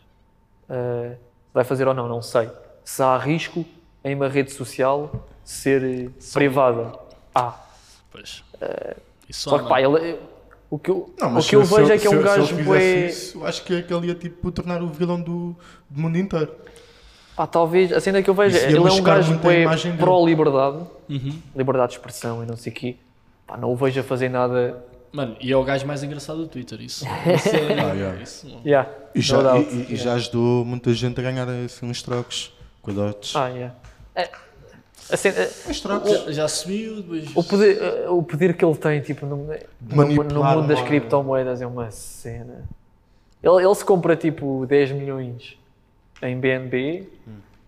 Speaker 1: Eh, vai fazer ou não, não sei. Se há risco em uma rede social ser eh, privada. Há.
Speaker 2: Pois. Isso
Speaker 1: é Só
Speaker 2: há,
Speaker 1: que
Speaker 2: mano.
Speaker 1: pá, ele, eh, o que eu,
Speaker 3: Não,
Speaker 1: o
Speaker 3: mas
Speaker 1: que eu
Speaker 3: se- se
Speaker 1: vejo
Speaker 3: ele-
Speaker 1: é que é
Speaker 3: se-
Speaker 1: um
Speaker 3: se ele
Speaker 1: gajo
Speaker 3: fizesse
Speaker 1: bué-
Speaker 3: isso, acho que é que ele ia tipo, tornar o vilão do, do mundo inteiro.
Speaker 1: Pá, talvez, a cena que eu vejo
Speaker 3: Isso
Speaker 1: é,
Speaker 3: ia
Speaker 1: ele é um
Speaker 3: machucar
Speaker 1: gajo
Speaker 3: muito a
Speaker 1: bué
Speaker 3: imagem dele.
Speaker 1: pró-liberdade,
Speaker 2: Uhum.
Speaker 1: liberdade de expressão e não sei o quê. Pá, não o vejo a fazer nada.
Speaker 2: Mano, e é o gajo mais engraçado do Twitter, isso. Isso é-
Speaker 3: Ah, yeah.
Speaker 2: isso não-
Speaker 1: Yeah,
Speaker 3: E
Speaker 1: no
Speaker 3: já, e-
Speaker 1: doubt.
Speaker 3: e- e já ajudou muita gente a ganhar assim, uns trocos com dotes.
Speaker 1: Ah, yeah. É, a cena- é-
Speaker 3: Uns trocos.
Speaker 2: Já, já subiu, depois.
Speaker 1: O poder, eh, o poder que ele tem tipo, no, no- no
Speaker 3: manipular
Speaker 1: mundo das
Speaker 3: uma-
Speaker 1: criptomoedas é uma cena. Ele, ele se compra tipo 10 milhões em BNB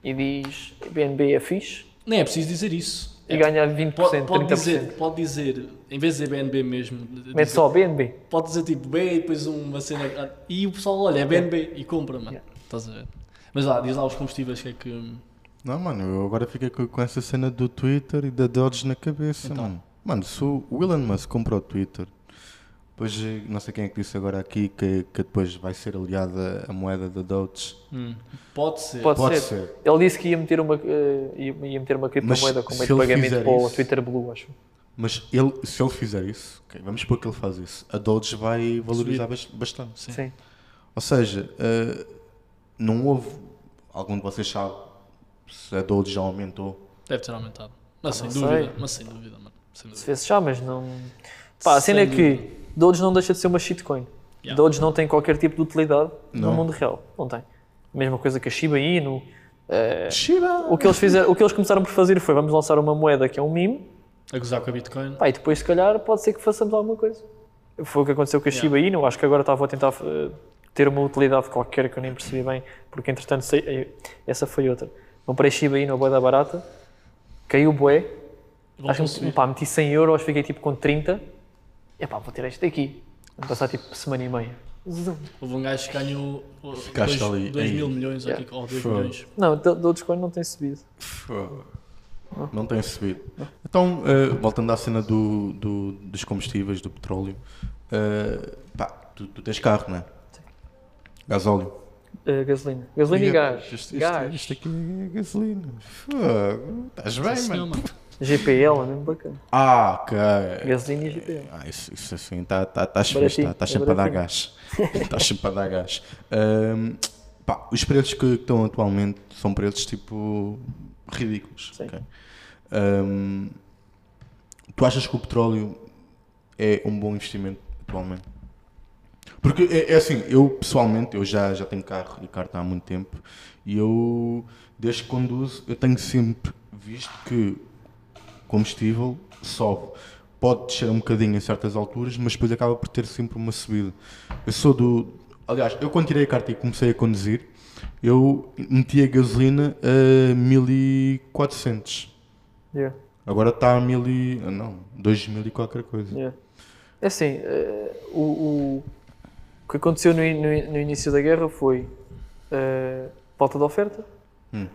Speaker 1: e diz BNB é fixe
Speaker 2: Nem é preciso dizer isso.
Speaker 1: e ganha 20%,
Speaker 2: Pode,
Speaker 1: 30%.
Speaker 2: É. pode dizer, pode dizer, em vez de dizer BNB mesmo, dizer-
Speaker 1: Mete só BNB.
Speaker 2: pode dizer tipo B e depois uma cena. E o pessoal olha, é BNB e compra, mano. Estás a ver? Mas lá, diz lá os combustíveis que é que.
Speaker 3: Não, mano, eu agora fiquei co- com essa cena do Twitter e da Dodge na cabeça, mano. Mano, se o Elon Musk comprou o Twitter, depois eh, não sei quem é que disse agora aqui que, que depois vai ser aliada a moeda da Dodge.
Speaker 2: Pode ser.
Speaker 1: Hum. Pode, ser.
Speaker 3: Pode ser.
Speaker 1: Ele disse que ia meter uma, eh, ia ia meter uma criptomoeda como
Speaker 3: se
Speaker 1: meio de
Speaker 3: ele
Speaker 1: pagamento
Speaker 3: fizer
Speaker 1: para o
Speaker 3: isso-
Speaker 1: Twitter Blue, acho.
Speaker 3: Mas ele, se ele fizer isso, ok, vamos supor que ele faz isso, a Dodge vai valorizar bas- bastante.
Speaker 1: Sim.
Speaker 3: Ou seja, eh, não houve, algum de vocês sabe se a Dodge já aumentou.
Speaker 2: Deve ter aumentado. Mas sem
Speaker 1: não
Speaker 2: dúvida,
Speaker 1: sei.
Speaker 2: mas sem dúvida, mano. Sem
Speaker 1: Se
Speaker 2: dúvida.
Speaker 1: vê-se já, mas não. Pá, a cena é
Speaker 2: Sem
Speaker 1: que Doge não deixa de ser uma shitcoin.
Speaker 2: Yeah.
Speaker 1: Doge não tem qualquer tipo de utilidade
Speaker 3: Não.
Speaker 1: no mundo real. Não tem. Mesma coisa que a Shiba Inu. eh,
Speaker 3: Shiba!
Speaker 1: o, que eles fizeram, o que eles começaram por fazer foi vamos lançar uma moeda que é um meme,
Speaker 2: A gozar com a Bitcoin.
Speaker 1: pá, e depois se calhar pode ser que façamos alguma coisa. Foi o que aconteceu com a Shiba Inu, acho que agora estava a tentar eh, ter uma utilidade qualquer que eu nem percebi bem, porque entretanto sei- eh, essa foi outra. Comprei Shiba Inu, a boeda barata, caiu o bué,
Speaker 2: Voltou a
Speaker 1: Acho que
Speaker 2: subir.
Speaker 1: pá, meti 100 euros, fiquei tipo com 30. E pá, vou tirar este daqui. Vou passar tipo semana e meia. Zoom.
Speaker 2: Houve um gajo que ganhou
Speaker 3: Ficaste ali,
Speaker 2: 2
Speaker 3: aí.
Speaker 2: mil milhões ou
Speaker 1: Yeah.
Speaker 2: que- ou 2
Speaker 3: Fogo.
Speaker 2: milhões.
Speaker 1: Não, do, do Discord não tem subido.
Speaker 3: Fogo. Não tem subido. Então, eh, voltando à cena do, do- dos combustíveis, do petróleo, eh, pá, tu, tu tens carro, não é? Gasóleo.
Speaker 1: Eh, gasolina. Gasolina e, gás.
Speaker 3: Isto- Isto,
Speaker 1: gás.
Speaker 3: isto aqui é gasolina. Fogo. Estás bem,
Speaker 2: Sim,
Speaker 3: mano?
Speaker 2: mano.
Speaker 1: GPL é mesmo bacana.
Speaker 3: Ah, ok.
Speaker 1: Gasolina e GPL.
Speaker 3: Ah, isso, isso assim, estás tá, tá
Speaker 1: Baratinho,
Speaker 3: fixe, estás
Speaker 1: é
Speaker 3: sempre a dar
Speaker 1: baratinho.
Speaker 3: gás. Estás sempre a dar gás. Ahm, pá, os preços que que estão atualmente são preços tipo ridículos.
Speaker 1: Sim.
Speaker 3: ok? Ahm, tu achas que o petróleo é um bom investimento atualmente? Porque é, é assim, eu pessoalmente, eu já, já tenho carro e carta há muito tempo e eu, desde que conduzo, eu tenho sempre visto que combustível sobe. Pode descer um bocadinho em certas alturas, mas depois acaba por ter sempre uma subida. Eu sou do. Aliás, eu quando tirei a carta e comecei a conduzir, eu meti a gasolina a 1400.
Speaker 1: Yeah,
Speaker 3: Agora está a 1000 e... Não, 2000 e qualquer coisa.
Speaker 1: yeah. É assim, eh, o, o- o que aconteceu no, in- no in- no início da guerra foi eh, falta de oferta.
Speaker 3: Hum.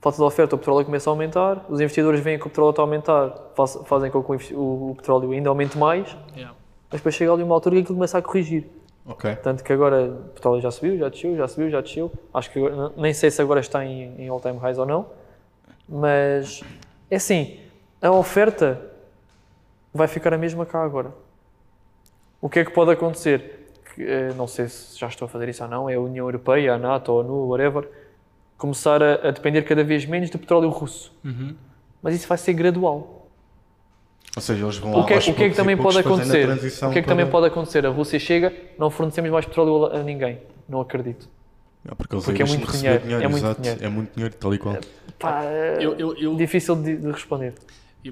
Speaker 1: Falta de oferta, o petróleo começa a aumentar. Os investidores veem que o petróleo está a aumentar, faz- fazem com que o investi- o- o petróleo ainda aumente mais.
Speaker 2: Yeah.
Speaker 1: Mas depois chega ali uma altura que aquilo começa a corrigir.
Speaker 3: Ok.
Speaker 1: Tanto que agora o petróleo já subiu, já desceu, já subiu, já desceu. Acho que agora- nem sei se agora está em, em all-time highs ou não. Mas é assim, a oferta vai ficar a mesma cá agora. O que é que pode acontecer? Que, eh, não sei se já estou a fazer isso ou não, é a União Europeia, a NATO, a ONU, whatever, começar a, a depender cada vez menos do petróleo russo.
Speaker 2: Uhum.
Speaker 1: Mas isso vai ser gradual.
Speaker 3: Ou seja, eles vão
Speaker 1: O que, é-
Speaker 3: aos
Speaker 1: o que é que
Speaker 3: poucos e
Speaker 1: também
Speaker 3: poucos
Speaker 1: pode
Speaker 3: fazendo a
Speaker 1: acontecer?
Speaker 3: transição
Speaker 1: O que é que
Speaker 3: para-
Speaker 1: também pode acontecer? A Rússia chega, não fornecemos mais petróleo a a ninguém. Não acredito.
Speaker 3: Ah, porque eles
Speaker 1: Porque é
Speaker 3: deixam de
Speaker 1: muito
Speaker 3: receber
Speaker 1: dinheiro, é muito
Speaker 3: exato.
Speaker 1: dinheiro.
Speaker 3: É muito dinheiro, tal e qual.
Speaker 1: Pá,
Speaker 2: Eu- eu- eu-
Speaker 1: difícil de, de responder.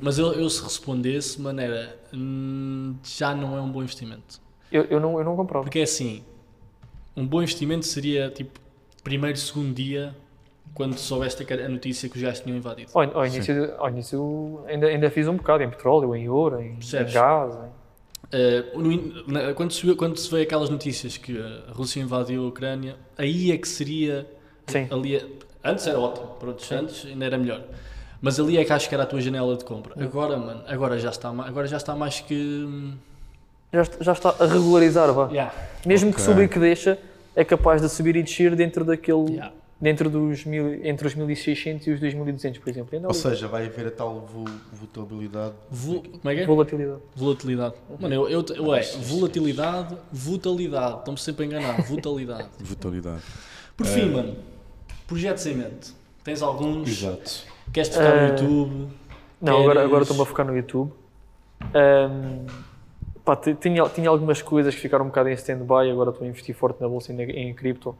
Speaker 2: Mas eu, eu se respondesse, mano, era "Hum, já não é um bom investimento.
Speaker 1: Eu, eu não, eu não comprovo.
Speaker 2: Porque é assim, um bom investimento seria tipo primeiro, segundo dia, quando soubeste a ca- a notícia que os gajos tinham invadido.
Speaker 1: Ao, ao início, ao início ainda, ainda fiz um bocado em petróleo, em ouro, em, em
Speaker 2: Percebes?
Speaker 1: gás. em-
Speaker 2: Uh, no in- na- quando, se, vê- quando se vê aquelas notícias que uh, a Rússia invadiu a Ucrânia, aí é que seria.
Speaker 1: Sim.
Speaker 2: Ali é- antes era ótimo, pronto, antes ainda era melhor. Mas ali é que acho que era a tua janela de compra. Agora, mano, agora já está, ma- agora já está mais que. hum,
Speaker 1: Já, est- já está a regularizar, vá.
Speaker 2: Yeah.
Speaker 1: Mesmo que
Speaker 3: Ok.
Speaker 1: subir que deixa, é capaz de subir e descer dentro daquele.
Speaker 2: Yeah.
Speaker 1: Dentro dos mil, entre os 1600 e os 2200, por exemplo. Ainda
Speaker 3: Ou
Speaker 1: ali,
Speaker 3: seja, vai haver a tal vo- votabilidade.
Speaker 2: Vo- como é que é?
Speaker 1: Volatilidade.
Speaker 2: Volatilidade. Mano, eu, eu, eu é volatilidade, brutalidade. Estamos sempre a enganar. Brutalidade.
Speaker 3: Volatilidade.
Speaker 2: Por
Speaker 3: Eh,
Speaker 2: fim, mano, projetos em mente. Tens alguns?
Speaker 3: Exato.
Speaker 2: Queres tocar
Speaker 1: Eh,
Speaker 2: no YouTube?
Speaker 1: Não, agora,
Speaker 2: Queres-
Speaker 1: agora estou-me a focar no YouTube. Ahm, pá, ti- tinha, tinha algumas coisas que ficaram um bocado em stand-by, agora estou a investir forte na bolsa e na, em cripto.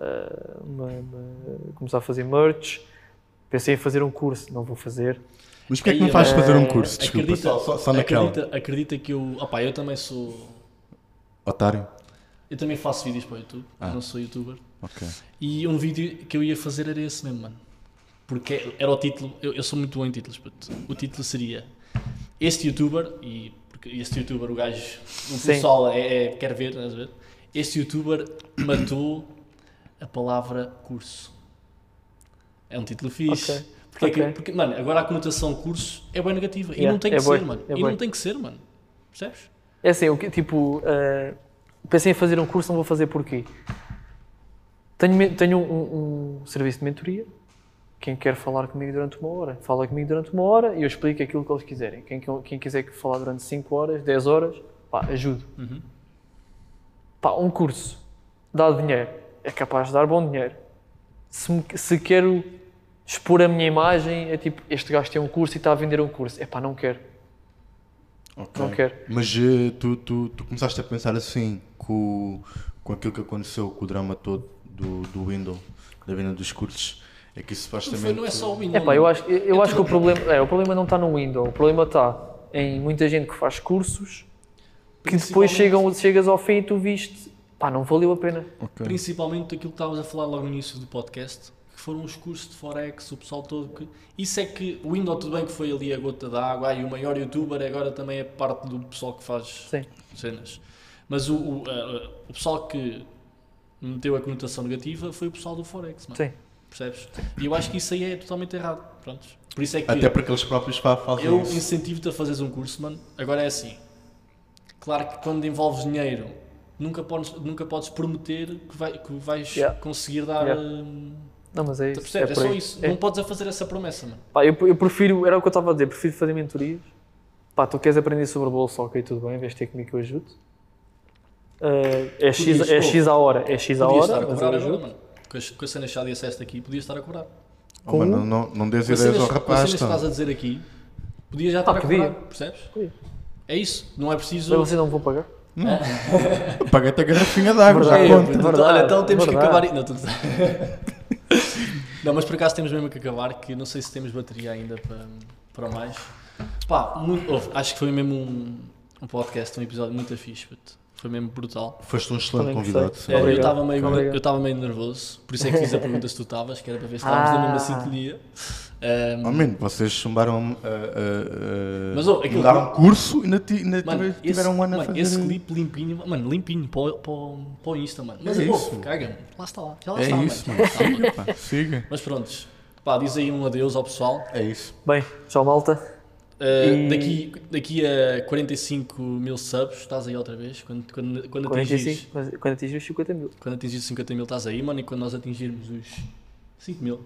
Speaker 1: Ah, uma- uma- começar a fazer merch. Pensei em fazer um curso, não vou fazer.
Speaker 3: Mas porquê é que
Speaker 2: Aí,
Speaker 3: não fazes
Speaker 1: eh,
Speaker 3: fazer um curso? Desculpa.
Speaker 2: Acredita,
Speaker 3: só, só, só naquela.
Speaker 2: Acredita, acredita que eu. Opá, eu também sou.
Speaker 3: Otário?
Speaker 2: Eu também faço vídeos para o YouTube.
Speaker 3: Ah.
Speaker 2: Não sou youtuber.
Speaker 3: Ok.
Speaker 2: E um vídeo que eu ia fazer era esse mesmo, mano. Porque é, era o título. Eu, eu sou muito bom em títulos, puto. O título seria Este youtuber. E porque este youtuber, o gajo. O
Speaker 1: Sim.
Speaker 2: pessoal é, é- quer ver, estás a ver? Este youtuber matou a palavra curso. É um título fixe.
Speaker 1: Ok.
Speaker 2: Porque, é que-
Speaker 1: Ok.
Speaker 2: porque, mano, agora a conotação curso é bem negativa. e
Speaker 1: Yeah,
Speaker 2: não tem
Speaker 1: é
Speaker 2: que
Speaker 1: bué,
Speaker 2: ser, mano.
Speaker 1: é
Speaker 2: e
Speaker 1: bué.
Speaker 2: não tem que ser, mano. Percebes?
Speaker 1: É assim, o que, tipo, ah, pensei em fazer um curso, não vou fazer porquê? Tenho, me- tenho um, um- um serviço de mentoria. Quem quer falar comigo durante uma hora, fala comigo durante uma hora e eu explico aquilo que eles quiserem. Quem, quem quiser que falar durante 5 horas, 10 horas, pá, ajudo. Pá, um curso dá dinheiro, é capaz de dar bom dinheiro. Se, me- se quero expor a minha imagem, é tipo, este gajo tem um curso e está a vender um curso. É pá, não quero.
Speaker 3: Ok.
Speaker 1: Não quero.
Speaker 3: Mas eh, tu, tu, tu começaste a pensar assim com, com aquilo que aconteceu com o drama todo do, do Window, da venda dos cursos. É que isso
Speaker 2: Não,
Speaker 3: supostamente.
Speaker 2: foi- não é só o Windows.
Speaker 1: É pá, eu
Speaker 2: mano.
Speaker 1: acho, eu- eu acho que o problema, é, o problema não está no Windows, o problema está em muita gente que faz cursos que depois
Speaker 2: Principalmente-
Speaker 1: chegam, chegas ao fim e tu viste, pá, não valeu a pena.
Speaker 3: Ok.
Speaker 2: Principalmente aquilo que estavas a falar logo no início do podcast, que foram os cursos de Forex, o pessoal todo que. Isso é que o Windows, tudo bem que foi ali a gota d'água, e o maior youtuber agora também é parte do pessoal que faz
Speaker 1: Sim.
Speaker 2: cenas. Mas o, o, a- a- o pessoal que meteu a conotação negativa foi o pessoal do Forex, mano.
Speaker 1: Sim.
Speaker 2: Percebes? E eu acho que isso aí é totalmente errado. Prontos. Por isso é que.
Speaker 3: Até porque eles próprios fa- fazem
Speaker 2: Eu
Speaker 3: isso.
Speaker 2: incentivo-te a fazeres um curso, mano. Agora é assim. Claro que quando envolves dinheiro, nunca podes, nunca podes prometer que, vai- que vais
Speaker 1: Yeah.
Speaker 2: conseguir dar.
Speaker 1: Yeah.
Speaker 2: hum,
Speaker 1: Não, mas é
Speaker 2: tu
Speaker 1: isso.
Speaker 2: percebes? É,
Speaker 1: por
Speaker 2: só
Speaker 1: aí.
Speaker 2: isso.
Speaker 1: É.
Speaker 2: Não podes a fazer essa promessa, mano.
Speaker 1: Pá, eu, eu prefiro, era o que eu estava a dizer, prefiro fazer mentorias. Pá, tu queres aprender sobre bolsa, ok, tudo bem, vês ter comigo que eu ajudo. Ah, é,
Speaker 2: Podias,
Speaker 1: x, é
Speaker 2: pô.
Speaker 1: X a hora, é X a
Speaker 2: Podias estar
Speaker 1: hora,
Speaker 2: a
Speaker 1: mas
Speaker 2: cobrar
Speaker 1: eu
Speaker 2: agora,
Speaker 1: ajudo.
Speaker 2: mano. Com as- Com a cena chá de acesso aqui, podias estar a cobrar.
Speaker 3: Oh, mano, não, não dês
Speaker 2: Com um. as
Speaker 3: ideias
Speaker 2: cenas-
Speaker 3: ao
Speaker 2: com as
Speaker 3: rapaz.
Speaker 2: cenas que
Speaker 3: tá?
Speaker 2: estás a dizer aqui, podias já estar a
Speaker 1: Ah, podia.
Speaker 2: cobrar, percebes?
Speaker 1: Podia.
Speaker 2: É isso. Não é preciso.
Speaker 1: Mas vocês não me vão pagar?
Speaker 3: Paga-te a garrafinha d'água, já
Speaker 1: Verdade.
Speaker 3: conta.
Speaker 2: Então,
Speaker 1: Verdade,
Speaker 2: olha, então temos
Speaker 1: verdade.
Speaker 2: que acabar. i- Não, tudo não, mas por acaso temos mesmo que acabar, que não sei se temos bateria ainda para, para mais. Pá, muito- ouve, acho que foi mesmo um, um podcast, um episódio muito fixe, puto. foi mesmo brutal.
Speaker 3: Foste um excelente
Speaker 1: Também gostei.
Speaker 3: convidado. sim. Ah,
Speaker 2: É, eu
Speaker 1: Obrigado.
Speaker 2: estava meio,
Speaker 1: Obrigado.
Speaker 2: eu estava meio nervoso, por isso é que fiz a pergunta se tu estavas, que era para ver se estávamos na mesma
Speaker 1: Ah.
Speaker 2: sintonia. Ahm,
Speaker 3: Oh, man, vocês chumbaram. Uh, uh, uh,
Speaker 2: Mas, oh, aquilo-
Speaker 3: mudaram curso e ainda, ti- ainda
Speaker 2: Mano,
Speaker 3: tiveram
Speaker 2: esse,
Speaker 3: um ano a
Speaker 2: mano,
Speaker 3: fazer.
Speaker 2: esse clipe limpinho, mano, limpinho para o- para o para o Insta, mano. Mas
Speaker 3: É
Speaker 2: é
Speaker 3: isso.
Speaker 2: caga-me, lá está lá, já lá
Speaker 3: É
Speaker 2: está,
Speaker 3: isso,
Speaker 2: mano.
Speaker 3: mano. Siga, pá. Siga.
Speaker 2: Mas prontos, pá, diz aí um adeus ao pessoal.
Speaker 3: É isso.
Speaker 1: Bem, tchau malta.
Speaker 2: Uh,
Speaker 1: E-
Speaker 2: daqui, daqui a 45 mil subs, estás aí outra vez. Quando, quando, quando, atingires,
Speaker 1: 45, mas quando atingir os 50 mil.
Speaker 2: quando atingires os 50 mil, estás aí, mano. E quando nós atingirmos os 5 mil,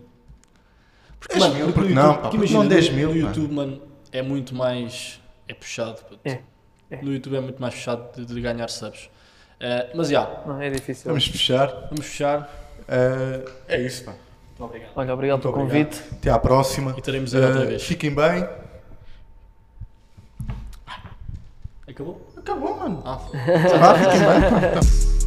Speaker 2: porque,
Speaker 3: 10 mil,
Speaker 2: no
Speaker 3: porque
Speaker 2: YouTube-
Speaker 3: não, pá, porque
Speaker 2: imagina,
Speaker 3: não 10
Speaker 2: no-
Speaker 3: mil,
Speaker 2: No
Speaker 3: pá.
Speaker 2: YouTube, mano, é muito mais. É puxado. puto.
Speaker 1: É, é.
Speaker 2: No YouTube é muito mais puxado de, de ganhar subs. Uh, mas já,
Speaker 1: Não, é difícil.
Speaker 3: Vamos fechar.
Speaker 2: vamos fechar.
Speaker 3: Uh, é isso, pá.
Speaker 2: Obrigado.
Speaker 1: Olha, obrigado pelo
Speaker 3: obrigado.
Speaker 1: convite.
Speaker 3: Até à próxima.
Speaker 2: E teremos aí outra
Speaker 3: Eh,
Speaker 2: vez.
Speaker 3: Fiquem bem.
Speaker 2: Acabou?
Speaker 3: Acabou, mano.
Speaker 2: Ah,
Speaker 3: Ah, fiquem bem. pá. Então.